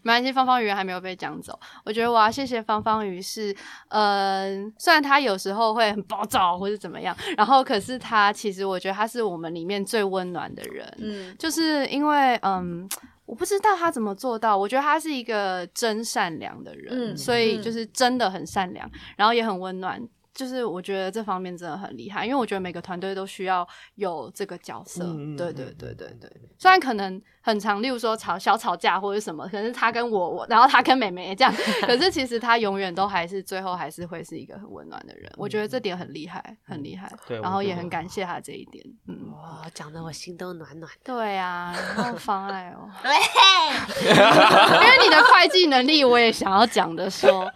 Speaker 1: 没关系，方方鱼还没有被讲走。我觉得我要谢谢方方鱼是，嗯、虽然他有时候会很暴躁或是怎么样，然后可是他其实我觉得他是我们里面最温暖的人，
Speaker 7: 嗯
Speaker 1: 就是因为嗯。我不知道他怎么做到，我觉得他是一个真善良的人，
Speaker 7: 嗯
Speaker 1: 所以
Speaker 7: 嗯
Speaker 1: 就是真的很善良，然后也很温暖，就是我觉得这方面真的很厉害，因为我觉得每个团队都需要有这个角色，
Speaker 6: 嗯嗯
Speaker 1: 对
Speaker 6: 嗯
Speaker 1: 对
Speaker 6: 嗯
Speaker 1: 对
Speaker 6: 嗯
Speaker 1: 对
Speaker 6: 嗯
Speaker 1: 对。虽然可能很常，例如说吵小吵架或者什么，可是他跟我我，然后他跟妹妹这样，可是其实他永远都还是最后还是会是一个很温暖的
Speaker 2: 嗯
Speaker 1: 人，我觉得这点很厉害，很厉害，
Speaker 6: 对
Speaker 1: 然
Speaker 6: 我
Speaker 1: 后
Speaker 6: 觉
Speaker 1: 也
Speaker 6: 得
Speaker 1: 很感谢他这一点，嗯，
Speaker 2: 哇，讲的我心都暖暖。
Speaker 1: [LAUGHS] 对啊，然后方爱哦，
Speaker 3: 对，哎
Speaker 1: 因为你的会计能力，我也想要讲的说，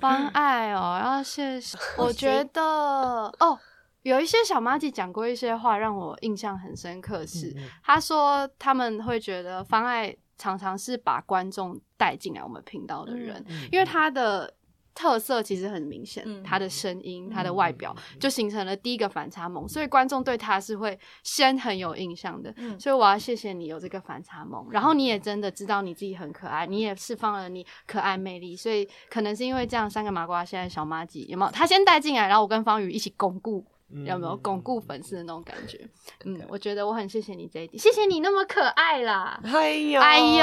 Speaker 1: 方爱哦，要谢
Speaker 2: [LAUGHS]
Speaker 1: 谢。我觉得哦，有一些小妈吉讲过一些话，让我印象很深刻
Speaker 2: 嗯
Speaker 1: 是，她说他们会觉得方爱常常是把观众带进来我们频
Speaker 7: 嗯
Speaker 1: 道的
Speaker 6: 嗯
Speaker 1: 人，因为他的。特色其实很明显，
Speaker 7: 嗯
Speaker 1: 他的声音、他的外表就形成了第一个反差萌，所以观众对他是会先很有印象的。
Speaker 7: 嗯
Speaker 1: 所以我要谢谢你有这个反差萌，然后你也真的知道你自己很可爱，你也释放了你可爱魅力，所以可能是因为这样，三个麻瓜现在小妈鸡有没有？他先带进来，然后我跟方宇一起巩固，
Speaker 6: 嗯
Speaker 1: 有没有巩固粉丝的那种感觉？嗯，我觉得我很谢谢你这一点，谢谢你那么可爱啦。
Speaker 2: 哎呦，
Speaker 1: 哎呦，
Speaker 6: 嗯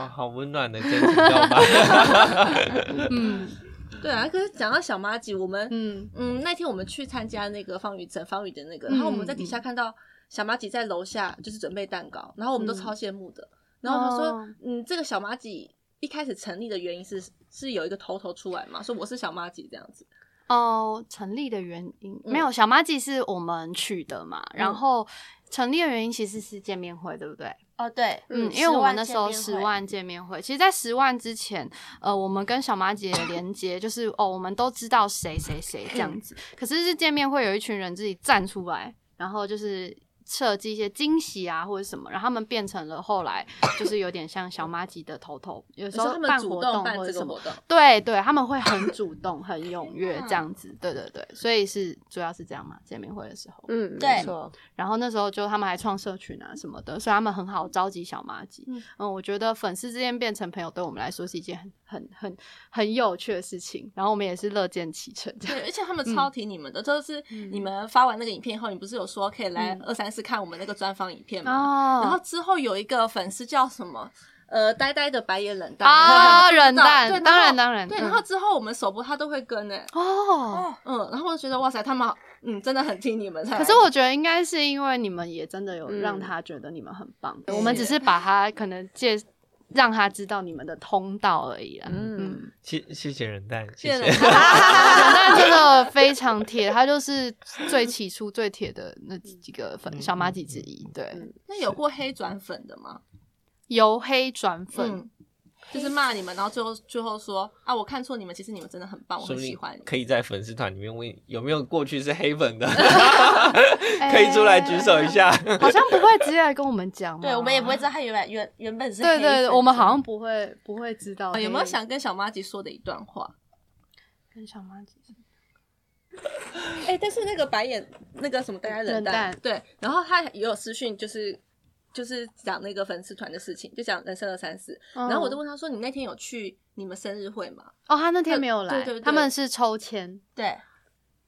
Speaker 6: 哇，好温暖的真情告
Speaker 1: [LAUGHS]
Speaker 6: 白。
Speaker 1: 嗯
Speaker 7: 对啊，可是讲到小妈吉，我们
Speaker 1: 嗯，
Speaker 7: 嗯，那天我们去参加那个方宇整方宇的那个，
Speaker 1: 嗯
Speaker 7: 然后我们在底下看到小马吉在楼下就是准备蛋糕，然后我们都超羡慕的。然后我们说
Speaker 1: 哦，
Speaker 7: 嗯，这个小马吉一开始成立的原因是是有一个头头出来嘛，说我是小马吉这样子。
Speaker 1: 哦，成立的原因
Speaker 7: 嗯
Speaker 1: 没有小妈鸡是我们取的嘛，然后成立的原因其实是见面会，对不对？
Speaker 3: 哦对，
Speaker 1: 嗯，因为
Speaker 3: 10
Speaker 1: 我们
Speaker 3: 万
Speaker 1: 那时候
Speaker 3: 见面
Speaker 1: 十
Speaker 3: 会，
Speaker 1: 万见面会，其实，在十万之前，呃，我们跟小马姐的连接就是哦，我们都知道谁谁谁这
Speaker 7: 嗯
Speaker 1: 样子，可是是见面会有一群人自己站出来，然后就是设计一些惊喜啊或者什么，然后他们变成了后来就是有点像小马姐的头头，有时
Speaker 7: 所以
Speaker 1: 候
Speaker 7: 哦他
Speaker 1: 办
Speaker 7: 们主
Speaker 1: 活
Speaker 7: 动
Speaker 1: 动
Speaker 7: 办
Speaker 1: 或者
Speaker 7: 这个
Speaker 1: 什么
Speaker 7: 活，动，嗯
Speaker 1: 对对，他们会很主动、很踊跃这样子，对对对，所以是主要是这样嘛，见面会的时候，
Speaker 2: 嗯，
Speaker 3: 对
Speaker 2: 没错，
Speaker 1: 然后那时候就他们还创社群啊什么的，所以他们很好召集小麻吉。嗯
Speaker 7: 嗯
Speaker 1: 我觉得粉丝之间变成朋友，对我们来说是一件很很很很有趣的事情。然后我们也是乐见其成这样。
Speaker 7: 对，而且他们超挺你们的，就是你们发完那个影片后，你不是有说可以来
Speaker 1: 嗯
Speaker 7: 二三四看我们那个专访影片吗？
Speaker 1: 哦
Speaker 7: 然后之后有一个粉丝叫什么？呃，呆呆的白眼冷淡 [LAUGHS]
Speaker 1: 啊，冷淡，
Speaker 7: 对，
Speaker 1: 当然
Speaker 7: 然后
Speaker 1: 当然，
Speaker 7: 对，
Speaker 1: 嗯
Speaker 7: 然后之后我们首播他都会跟诶，
Speaker 1: 哦。
Speaker 7: 嗯，然后我就觉得哇塞，他们好嗯真的很听你们才来。
Speaker 1: 可是我觉得应该是因为你们也真的有
Speaker 2: 嗯
Speaker 1: 让他觉得你们很棒，
Speaker 7: 谢谢
Speaker 1: 我们只是把他可能介让他知道你们的通道而已啦。嗯
Speaker 2: 嗯，
Speaker 6: 谢谢谢人蛋，谢
Speaker 7: 谢谢
Speaker 6: 谢
Speaker 7: 冷。
Speaker 6: [LAUGHS]
Speaker 7: [LAUGHS]
Speaker 1: 但真的非常铁，他就是最起初最
Speaker 7: 嗯
Speaker 1: 铁的那几个粉小马几之一。对，
Speaker 7: 那有过黑转粉的吗？
Speaker 1: 由黑转粉，
Speaker 7: 嗯，就是骂你们，然后最后最后说啊，我看错你们，其实你们真的很
Speaker 1: 哦
Speaker 7: 棒，我
Speaker 6: 说
Speaker 7: 很
Speaker 6: 不
Speaker 7: 喜
Speaker 6: 定
Speaker 7: 欢你们。
Speaker 6: 可以在粉丝团里面问有没有过去是黑粉的，
Speaker 1: [LAUGHS] 哎
Speaker 6: 可以出来举手一下。
Speaker 1: 好像不会直接来跟我们讲，
Speaker 3: 对我们也不会知。道他原来原原本是
Speaker 1: 对
Speaker 3: 黑
Speaker 1: 对对，
Speaker 3: 粉
Speaker 1: 我们好像不会不会知道
Speaker 7: 啊
Speaker 1: 黑。
Speaker 7: 有没有想跟小妈吉说的一段话？
Speaker 1: 跟小妈姐？
Speaker 7: 哎、但是那个白眼那个什么大家冷
Speaker 1: 冷淡
Speaker 7: 对，然后他也有私讯，就是就是讲那个粉丝团的事情，就讲人生二三四，然后我就
Speaker 1: 嗯
Speaker 7: 问他说，你那天有去你们生日会吗？
Speaker 1: 哦，他那天没有来，
Speaker 7: 对对对
Speaker 1: 他们是抽签，
Speaker 3: 对，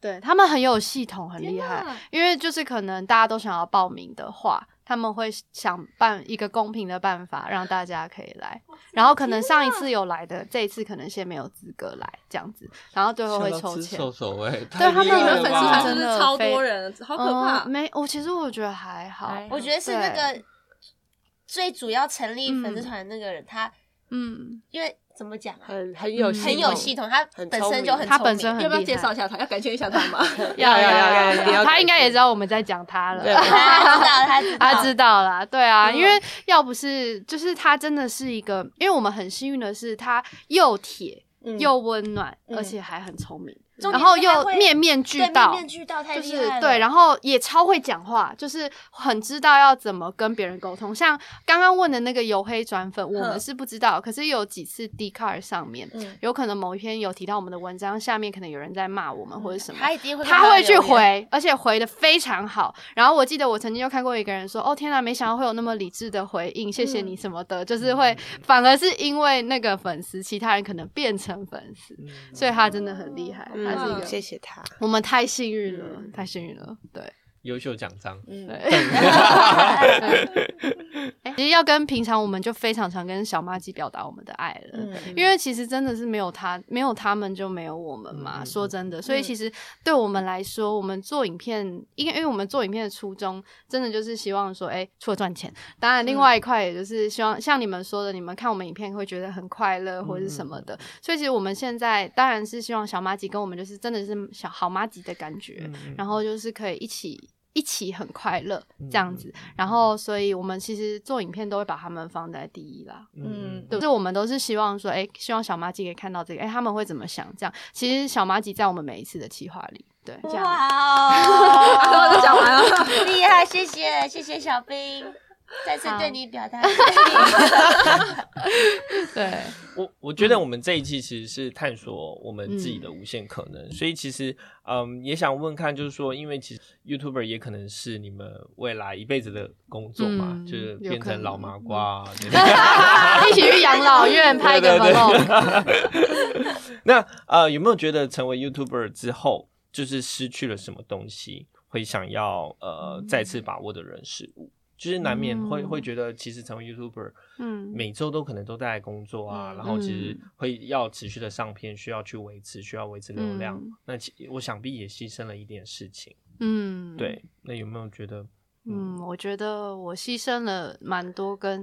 Speaker 1: 对他们很有系统，很厉害。
Speaker 7: 天哪，
Speaker 1: 因为就是可能大家都想要报名的话，他们会想办一个公平的办法让大家可以来，然后可能上一次有来的，这一次可能先没有资格来这样子，然 [LAUGHS] 后最后会抽签。
Speaker 6: 手 [LAUGHS] 手哎，
Speaker 1: 对他
Speaker 7: 那你
Speaker 1: 们
Speaker 7: 们粉丝团
Speaker 1: 真
Speaker 7: 是不是
Speaker 1: 的
Speaker 7: 超
Speaker 1: 非
Speaker 7: 多人，好可怕？
Speaker 1: 嗯没，我其实我觉得还好，
Speaker 7: 哎
Speaker 3: 我觉得是那个最主要成立粉丝团的那个人，他
Speaker 1: 嗯，
Speaker 3: 因为怎么讲啊，
Speaker 2: 很很有
Speaker 1: 嗯
Speaker 3: 很有系统，他本身就很
Speaker 1: 他本
Speaker 3: [LAUGHS]
Speaker 1: 身
Speaker 3: 聪
Speaker 1: 很
Speaker 7: 要不要
Speaker 1: 厉
Speaker 7: 介
Speaker 1: 害
Speaker 7: 绍一下他？要感谢一下他
Speaker 1: [LAUGHS]
Speaker 7: 吗？
Speaker 1: 要
Speaker 2: 要要
Speaker 1: 要
Speaker 2: 要一定要
Speaker 1: 他
Speaker 2: 感
Speaker 1: 应该
Speaker 2: 谢
Speaker 1: 也知道我们在讲他了。
Speaker 2: 对
Speaker 3: 明他知道，
Speaker 1: [LAUGHS] 他
Speaker 3: 他
Speaker 1: 知
Speaker 3: 知
Speaker 1: 道
Speaker 3: 道，
Speaker 1: 啦，对啊，
Speaker 7: [LAUGHS] 嗯
Speaker 1: 因为要不是就是他真的是一个，因为我们很幸运的是他又铁
Speaker 7: 嗯
Speaker 1: 又温暖，
Speaker 7: 嗯
Speaker 1: 而且还很聪明，
Speaker 3: 重点是
Speaker 1: 然后
Speaker 3: 他
Speaker 1: 又
Speaker 3: 会
Speaker 1: 面面俱
Speaker 3: 对面
Speaker 1: 到，
Speaker 3: 面俱到，太
Speaker 1: 就
Speaker 3: 厉
Speaker 1: 是
Speaker 3: 害了。
Speaker 1: 对，然后也超会讲话，就是很知道要怎么跟别人沟通。像刚刚问的那个由黑转粉，我们
Speaker 7: 哼
Speaker 1: 是不知道，可是有几次 d c a r 上面
Speaker 7: 嗯
Speaker 1: 有可能某一篇有提到我们的文章，下面可能有人在骂我们或者什么，
Speaker 3: 嗯他一定会，
Speaker 1: 他会去。回，而且回的非常好。然后我记得我曾经就看过一个人说：“哦天哪，没想到会有那么理智的回应，谢
Speaker 3: 嗯
Speaker 1: 谢你什么的。就是会反而是因为那个粉丝，其他人可能变成粉丝，
Speaker 6: 嗯
Speaker 1: 所以他真的很厉害，他是一
Speaker 7: 嗯
Speaker 1: 个。
Speaker 2: 谢谢他，
Speaker 1: 我们太幸运了，太幸运了，对
Speaker 6: 优秀奖章。
Speaker 1: 对。
Speaker 7: 嗯，
Speaker 1: 哎其实要跟平常我们就非常常跟小妈鸡表达我们的爱了，因为其实真的是没有他，没有他们就没有我们嘛。
Speaker 6: 嗯
Speaker 1: 说真的，所以其实对我们来说，我们做影片，因为因为我们做影片的初衷，真的就是希望说，哎、除了赚钱，当然另外一块也就是希望像你们说的，你们看我们影片会觉得很快乐或者是什么的。所以其实我们现在当然是希望小妈鸡跟我们就是真的是小好妈鸡的感
Speaker 6: 嗯
Speaker 1: 觉，然后就是可以一起一起很快乐这样子。然后，所以我们其实做影片都会把他们放在第一啦。
Speaker 7: 嗯
Speaker 1: 对，就是我们都是希望说，哎、希望小麻吉可以看到这个，哎、他们会怎么想？这样，其实小麻吉在我们每一次的企划里，对， [LAUGHS] 这 [LAUGHS] 样。
Speaker 7: 我
Speaker 3: 哇
Speaker 7: 都
Speaker 3: 哦，
Speaker 7: 讲完了。
Speaker 3: 厉害，谢谢谢谢小兵，再次
Speaker 1: 好
Speaker 3: 对你表达谢意。
Speaker 1: 对， [LAUGHS]
Speaker 6: 我我觉得
Speaker 1: 嗯
Speaker 6: 我们这一期其实是探索我们自己的无限可能，所以其实嗯也想问看，就是说，因为其实 YouTuber 也可能是你们未来一辈子的工作嘛，
Speaker 1: 嗯
Speaker 6: 就是
Speaker 1: 有
Speaker 6: 变
Speaker 1: 可
Speaker 6: 成
Speaker 1: 能嗯
Speaker 6: 老麻瓜、啊。对 [LAUGHS]
Speaker 1: 一起去养老院拍个 vlog，
Speaker 6: 那呃，有没有觉得成为 YouTuber 之后，就是失去了什么东西，会想要呃再次把握的人事物？就是难免会、
Speaker 1: 嗯
Speaker 6: 会觉得，其实成为 YouTuber，
Speaker 1: 嗯
Speaker 6: 每周都可能都在工作啊，
Speaker 7: 嗯
Speaker 6: 然后其实会要持续的上片，需要去维持，需要维持流量。
Speaker 1: 嗯
Speaker 6: 那其我想必也牺牲了一点事情。
Speaker 1: 嗯，
Speaker 6: 对，那有没有觉得？
Speaker 1: 嗯，我觉得我牺牲了蛮多跟，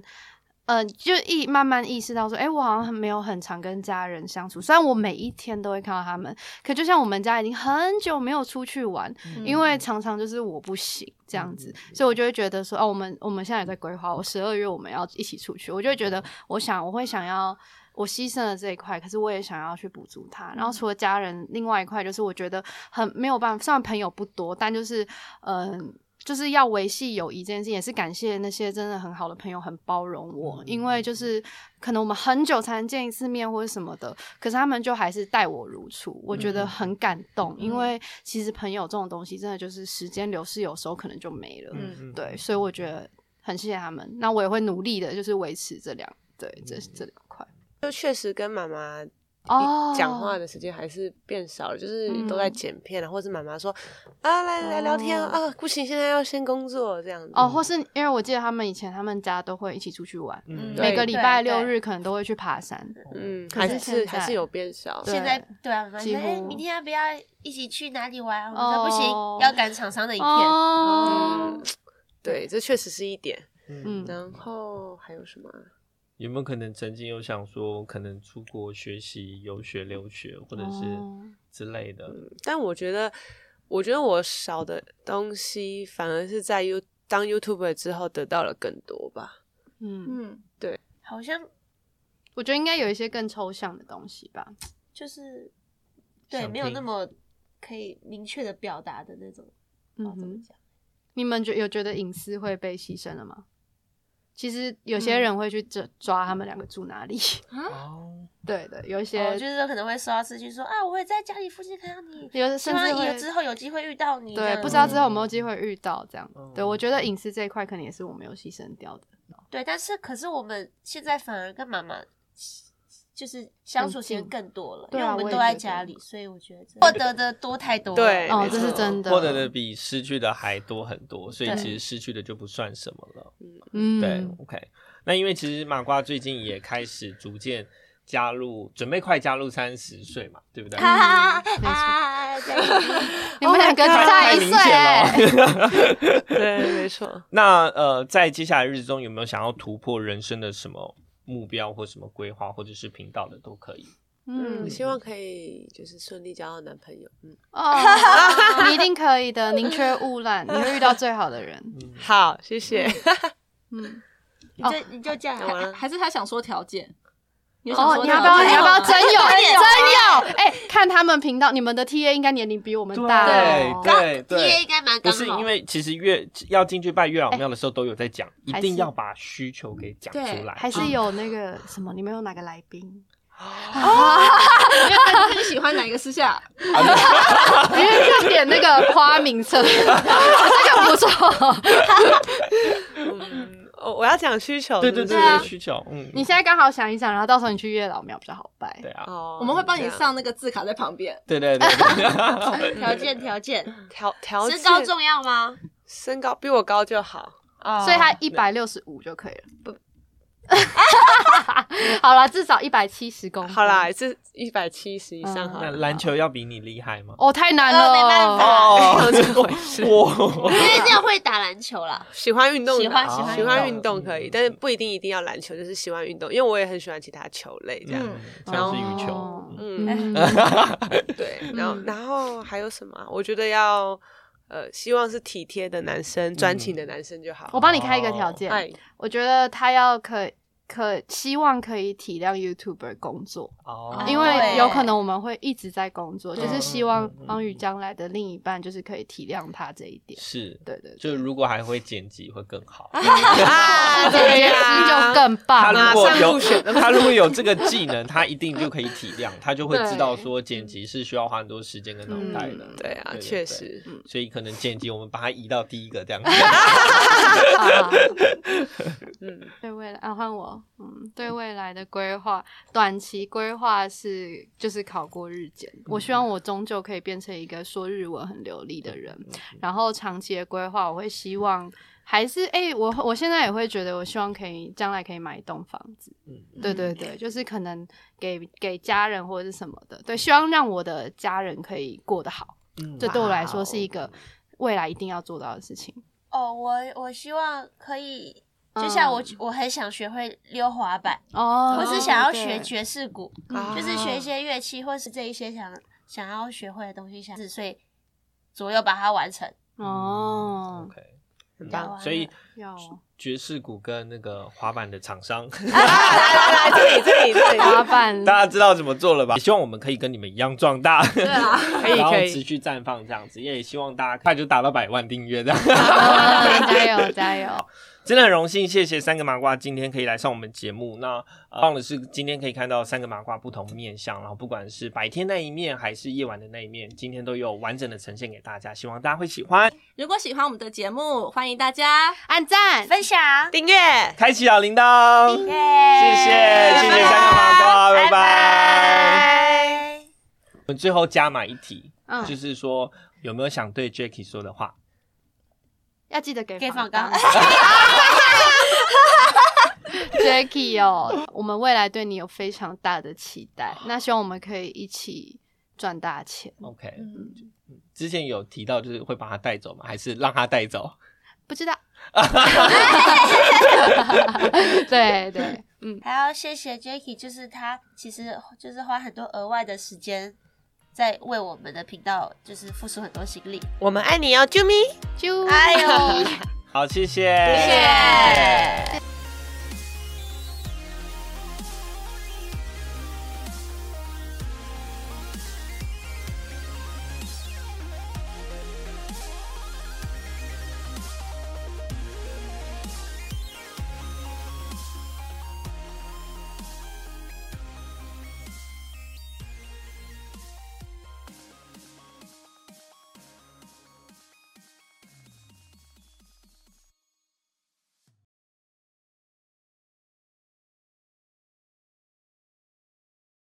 Speaker 1: 呃，就意慢慢意识到说，哎、我好像很没有很常跟家人相处。虽然我每一天都会看到他们，可就像我们家已经很久没有出去玩，因为常常就是我不行这样子，所以我就会觉得说，哦，我们我们现在也在规划，我十二月我们要一起出去，我就会觉得，我想我会想要。我牺牲了这一块，可是我也想要去补足它。然后除了家人，另外一块就是我觉得很没有办法，虽然朋友不多，但就是嗯、就是要维系友谊这件事，情，也是感谢那些真的很好的朋友，很包容我，因为就是可能我们很久才能见一次面或者什么的，可是他们就还是待我如初，我觉得很感动，因为其实朋友这种东西真的就是时间流逝，有时候可能就没了，
Speaker 7: 嗯
Speaker 1: 对，所以我觉得很谢谢他们，那我也会努力的，就是维持这两对这这两块
Speaker 2: 就确实跟妈妈
Speaker 1: 哦
Speaker 2: 讲话的时间还是变少了，就是
Speaker 1: 嗯
Speaker 2: 都在剪片啊，或是妈妈说啊来来聊天啊，啊不行，现在要先工作这样子。
Speaker 1: 哦，或是因为我记得他们以前他们家都会一起出去玩，
Speaker 6: 嗯，
Speaker 2: 对
Speaker 1: 每个礼拜
Speaker 3: 对
Speaker 1: 六
Speaker 3: 对
Speaker 1: 日可能都会去爬山，
Speaker 2: 嗯，
Speaker 1: 可是
Speaker 2: 还是
Speaker 1: 现在
Speaker 2: 还是有变少。
Speaker 1: 对
Speaker 3: 现在对啊，妈妈
Speaker 1: 几
Speaker 3: 说
Speaker 1: 乎
Speaker 3: 哎，明天要不要一起去哪里玩？我们说不
Speaker 1: 哦
Speaker 3: 行，要赶厂商的影片。
Speaker 1: 哦
Speaker 2: 嗯，对，这确实是一点。
Speaker 1: 嗯
Speaker 2: 然后还有什么啊？
Speaker 6: 有没有可能曾经有想说，可能出国学习、游学、留学，或者是
Speaker 1: 哦
Speaker 6: 之类的？
Speaker 2: 但我觉得，我觉得我少的东西反而是在 You 当 YouTuber 之后得到了更多吧。 [LAUGHS]
Speaker 1: 嗯，
Speaker 7: 嗯，
Speaker 3: 好像
Speaker 1: 我觉得应该有一些更抽象的东西吧。
Speaker 3: 就是对
Speaker 6: 想
Speaker 3: 没有那
Speaker 6: 听
Speaker 3: 么可以明确的表达的那种，不知道
Speaker 1: 嗯
Speaker 3: 怎么
Speaker 1: 哼，
Speaker 3: 讲。
Speaker 1: 你们觉有觉得隐私会被牺牲了吗？其实有些人会去抓抓他们两个住哪里，啊
Speaker 6: 哦，
Speaker 1: 对的，有一些、
Speaker 3: 哦，就是可能会收到私信说啊，我也在家里附近看到你，
Speaker 1: 有
Speaker 3: 希
Speaker 1: 甚
Speaker 3: 望
Speaker 1: 至
Speaker 3: 以后
Speaker 1: 会
Speaker 3: 之后有机会遇到你。这
Speaker 1: 对，
Speaker 3: 样
Speaker 1: 不知道之后有没有机会遇到这样。
Speaker 6: 嗯
Speaker 1: 对我觉得隐私这一块可能也是我们有牺牲掉的。
Speaker 3: 对，但是可是我们现在反而跟妈妈就是相
Speaker 1: 很
Speaker 3: 处时间
Speaker 1: 近
Speaker 3: 更多了，因
Speaker 1: 对
Speaker 3: 为
Speaker 1: 啊
Speaker 3: 我们
Speaker 1: 我
Speaker 3: 都
Speaker 1: 也
Speaker 3: 在
Speaker 1: 觉
Speaker 3: 家
Speaker 1: 得
Speaker 3: 里，所以我觉得这获得的多太多了。
Speaker 2: 对
Speaker 1: 哦
Speaker 2: 没，
Speaker 1: 这是
Speaker 3: [LAUGHS]
Speaker 2: 错
Speaker 1: 真的，
Speaker 6: 获得的比失去的还多很多，所以
Speaker 3: 对
Speaker 6: 其实失去的就不算什么了。
Speaker 1: 嗯，
Speaker 6: 对，OK。那因为其实麻瓜最近也开始逐渐加入，准备快加入三十岁嘛，对不对？
Speaker 3: [LAUGHS] 啊
Speaker 1: 错
Speaker 3: 啊！这样
Speaker 1: 你们两个差
Speaker 6: 哦太
Speaker 1: 一
Speaker 6: 明
Speaker 1: 岁、欸，
Speaker 6: 显了。哦
Speaker 2: 对，没错。
Speaker 6: 那呃，在接下来日子中，有没有想要突破人生的什么目标或什么规划，或者是频道的都可以？
Speaker 1: [LAUGHS] 嗯
Speaker 2: 嗯，
Speaker 3: [LAUGHS]
Speaker 2: 我，希望可以就是顺利交到男朋友。嗯，
Speaker 1: 哦，你一定可以的，宁缺毋滥，你会遇到最好的
Speaker 3: [LAUGHS]
Speaker 1: 人。
Speaker 2: 好，谢谢。
Speaker 1: 嗯，
Speaker 3: 你就你就这样
Speaker 2: 完
Speaker 7: 还
Speaker 3: [LAUGHS]
Speaker 2: 了
Speaker 3: 啊，
Speaker 7: 还是他想说条件，你有想
Speaker 1: 哦，
Speaker 7: 说
Speaker 1: 你要
Speaker 7: 条
Speaker 1: 不要，
Speaker 7: 件
Speaker 1: 你要不要
Speaker 7: 吗
Speaker 1: 真有，
Speaker 3: 真有
Speaker 1: 真有？哎，看他们频道，你们的 TA 应该年龄比我们大哦。
Speaker 6: 对对
Speaker 3: 也
Speaker 6: 对
Speaker 3: 应。该蛮
Speaker 6: 不
Speaker 3: 刚
Speaker 6: 是
Speaker 3: 好
Speaker 6: 因。为，其实月要进去拜月老庙的时候都有在讲，一
Speaker 1: 还
Speaker 6: 定
Speaker 1: 是
Speaker 6: 要把需求给讲
Speaker 7: 对
Speaker 6: 出来。啊
Speaker 1: 还是有那个什么，你们有哪个来宾？ [LAUGHS]
Speaker 7: 你要看自己喜欢哪一个
Speaker 1: [LAUGHS]
Speaker 7: 私下？
Speaker 6: [LAUGHS] 啊
Speaker 1: 因为在点那个花名册， [LAUGHS] 这个不错。哦
Speaker 2: 嗯，我我要讲需求，
Speaker 6: 对
Speaker 2: 是
Speaker 6: 对
Speaker 2: 不
Speaker 6: 对
Speaker 2: 是
Speaker 6: 对，需求，嗯，
Speaker 1: 你现在刚好想一想，然后到时候你去月老庙比较好拜。
Speaker 6: 对啊，
Speaker 2: 哦，
Speaker 7: 我们会帮你
Speaker 2: 这样
Speaker 7: 上那个字卡在旁边。
Speaker 6: 对对对对。
Speaker 3: [LAUGHS] 条件条件，
Speaker 2: 调调
Speaker 3: 身高
Speaker 2: 件
Speaker 3: 重要
Speaker 6: [LAUGHS]
Speaker 3: 吗？
Speaker 2: 身高比我高就好。
Speaker 3: 哦
Speaker 1: 所以他一百六十五就可以了。不， [LAUGHS] 好啦，至少一百七十公分。
Speaker 2: 哦好啦，是一百七十以上好
Speaker 6: 那
Speaker 2: 了。
Speaker 6: 篮球要比你厉害吗？
Speaker 1: 哦，太难了，
Speaker 3: 呃没办法
Speaker 2: [LAUGHS]
Speaker 6: 哦，
Speaker 2: 这回事
Speaker 6: 哇
Speaker 3: 因为这样会打篮球啦。
Speaker 2: 喜欢运动的，
Speaker 3: 喜欢喜欢
Speaker 2: 喜欢运动
Speaker 6: 运动
Speaker 2: 可以，
Speaker 6: 嗯
Speaker 2: 但是不一定一定要篮球，就是喜欢运动，因为我也很喜欢其他球类这样。
Speaker 6: 嗯像是羽球
Speaker 1: 哦，
Speaker 6: 嗯
Speaker 2: 嗯，
Speaker 1: 嗯。
Speaker 3: [LAUGHS]
Speaker 2: 对，
Speaker 3: 嗯
Speaker 2: 然后然后还有什么啊？我觉得要呃，希望是体贴的男生、专情的男生就好。
Speaker 1: 我帮你开一个条
Speaker 6: 哦
Speaker 1: 件，
Speaker 2: [LAUGHS] 哎，
Speaker 1: 我觉得他要可可希望可以体谅 YouTuber 工作，
Speaker 6: 哦
Speaker 1: 因
Speaker 3: 对
Speaker 1: 为有可能我们会一直在工作，
Speaker 6: 嗯
Speaker 1: 就是希望
Speaker 6: 嗯嗯嗯
Speaker 1: 方宇将来的另一半就是可以体谅他这一点。
Speaker 6: 是，
Speaker 1: 对对对，
Speaker 6: 就如果还会剪辑会更好。
Speaker 2: 啊
Speaker 1: 这
Speaker 2: 对
Speaker 1: 件事
Speaker 2: 呀
Speaker 1: 就更
Speaker 6: 他
Speaker 1: 棒了。
Speaker 6: 如果
Speaker 2: 马上
Speaker 6: 有
Speaker 2: 入选
Speaker 6: [LAUGHS] 他如果有这个技能，他一定就可以体谅，他就会
Speaker 1: 对
Speaker 6: 知道说剪辑是需要花很多时间跟脑袋的。
Speaker 2: 对啊，确。实，
Speaker 3: 嗯
Speaker 6: 对所以可能剪辑我们把它移到第一个这样子。
Speaker 3: [LAUGHS]
Speaker 1: 啊
Speaker 2: 嗯，
Speaker 1: 对未来啊，换我，嗯，对未来的规划，短期规划是就是考过日检，
Speaker 3: 嗯
Speaker 1: 我希望我终究可以变成一个说日文很流利的
Speaker 3: 嗯
Speaker 1: 人。然后长期的规划，我会希望还是哎、我我现在也会觉得，我希望可以将来可以买一栋房子。
Speaker 6: 嗯
Speaker 1: 对对对，就是可能给给家人或者是什么的，对，希望让我的家人可以过得好。
Speaker 6: 嗯
Speaker 1: 这对我来说
Speaker 2: 哇哦
Speaker 1: 是一个未来一定要做到的事情。
Speaker 3: 哦，我我希望可以，就像我我很想学会溜滑板，
Speaker 1: 哦，
Speaker 3: 我是想要
Speaker 1: 对
Speaker 3: 学爵士鼓，
Speaker 2: 啊
Speaker 3: 嗯就是
Speaker 6: 哦
Speaker 3: 学一些乐器或是这一些想想要学会的东西，想四岁左右把它完成。
Speaker 1: 哦，
Speaker 6: 嗯，OK，
Speaker 2: 很
Speaker 3: 要
Speaker 2: 棒
Speaker 3: 啊。
Speaker 6: 所以
Speaker 1: 要哦
Speaker 6: 爵士鼓跟那个滑板的厂商，
Speaker 2: 来来来，啊这里这里这里，
Speaker 1: 滑板
Speaker 6: [LAUGHS] 大家知道怎么做了吧？也希望我们可以跟你们一样壮大，[LAUGHS]
Speaker 7: 对啊，
Speaker 2: 可以
Speaker 6: 然后
Speaker 2: 可
Speaker 6: 持
Speaker 2: 以，
Speaker 6: 续绽放这样子，也希望大家快就达到百万订阅这样。 [LAUGHS]
Speaker 1: 啊加油加油！
Speaker 6: 真的很荣幸，谢谢三个麻瓜今天可以来上我们节目。那呃棒、的是今天可以看到三个麻瓜不同面相，然后不管是白天那一面还是夜晚的那一面，今天都有完整的呈现给大家，希望大家会喜欢。
Speaker 7: 如果喜欢我们的节目，欢迎大家
Speaker 1: 按赞，
Speaker 3: 分享，
Speaker 2: 订阅。
Speaker 6: 开启小铃铛，
Speaker 3: 耶！
Speaker 6: 谢谢谢谢三个麻瓜，拜拜。
Speaker 3: 拜。
Speaker 6: 我们最后加码一题，
Speaker 1: 嗯
Speaker 6: 就是说有没有想对 Jacky 说的话？
Speaker 1: 要记得给
Speaker 3: 给
Speaker 1: 放 [LAUGHS]
Speaker 3: 访纲
Speaker 1: Jacky 哦，我们未来对你有非常大的期待，那希望我们可以一起赚大钱。
Speaker 6: OK，嗯，之前有提到就是会把他带走吗？还是让他带走？
Speaker 1: 不知道， [LAUGHS] 对对，嗯，
Speaker 3: 还要谢谢 Jacky，就是他其实就是花很多额外的时间，在为我们的频道就是付出很多心力。
Speaker 2: 我们爱你哦，啾咪。
Speaker 1: 啾，
Speaker 3: 哎呦，
Speaker 6: 好，谢谢，
Speaker 3: 谢谢。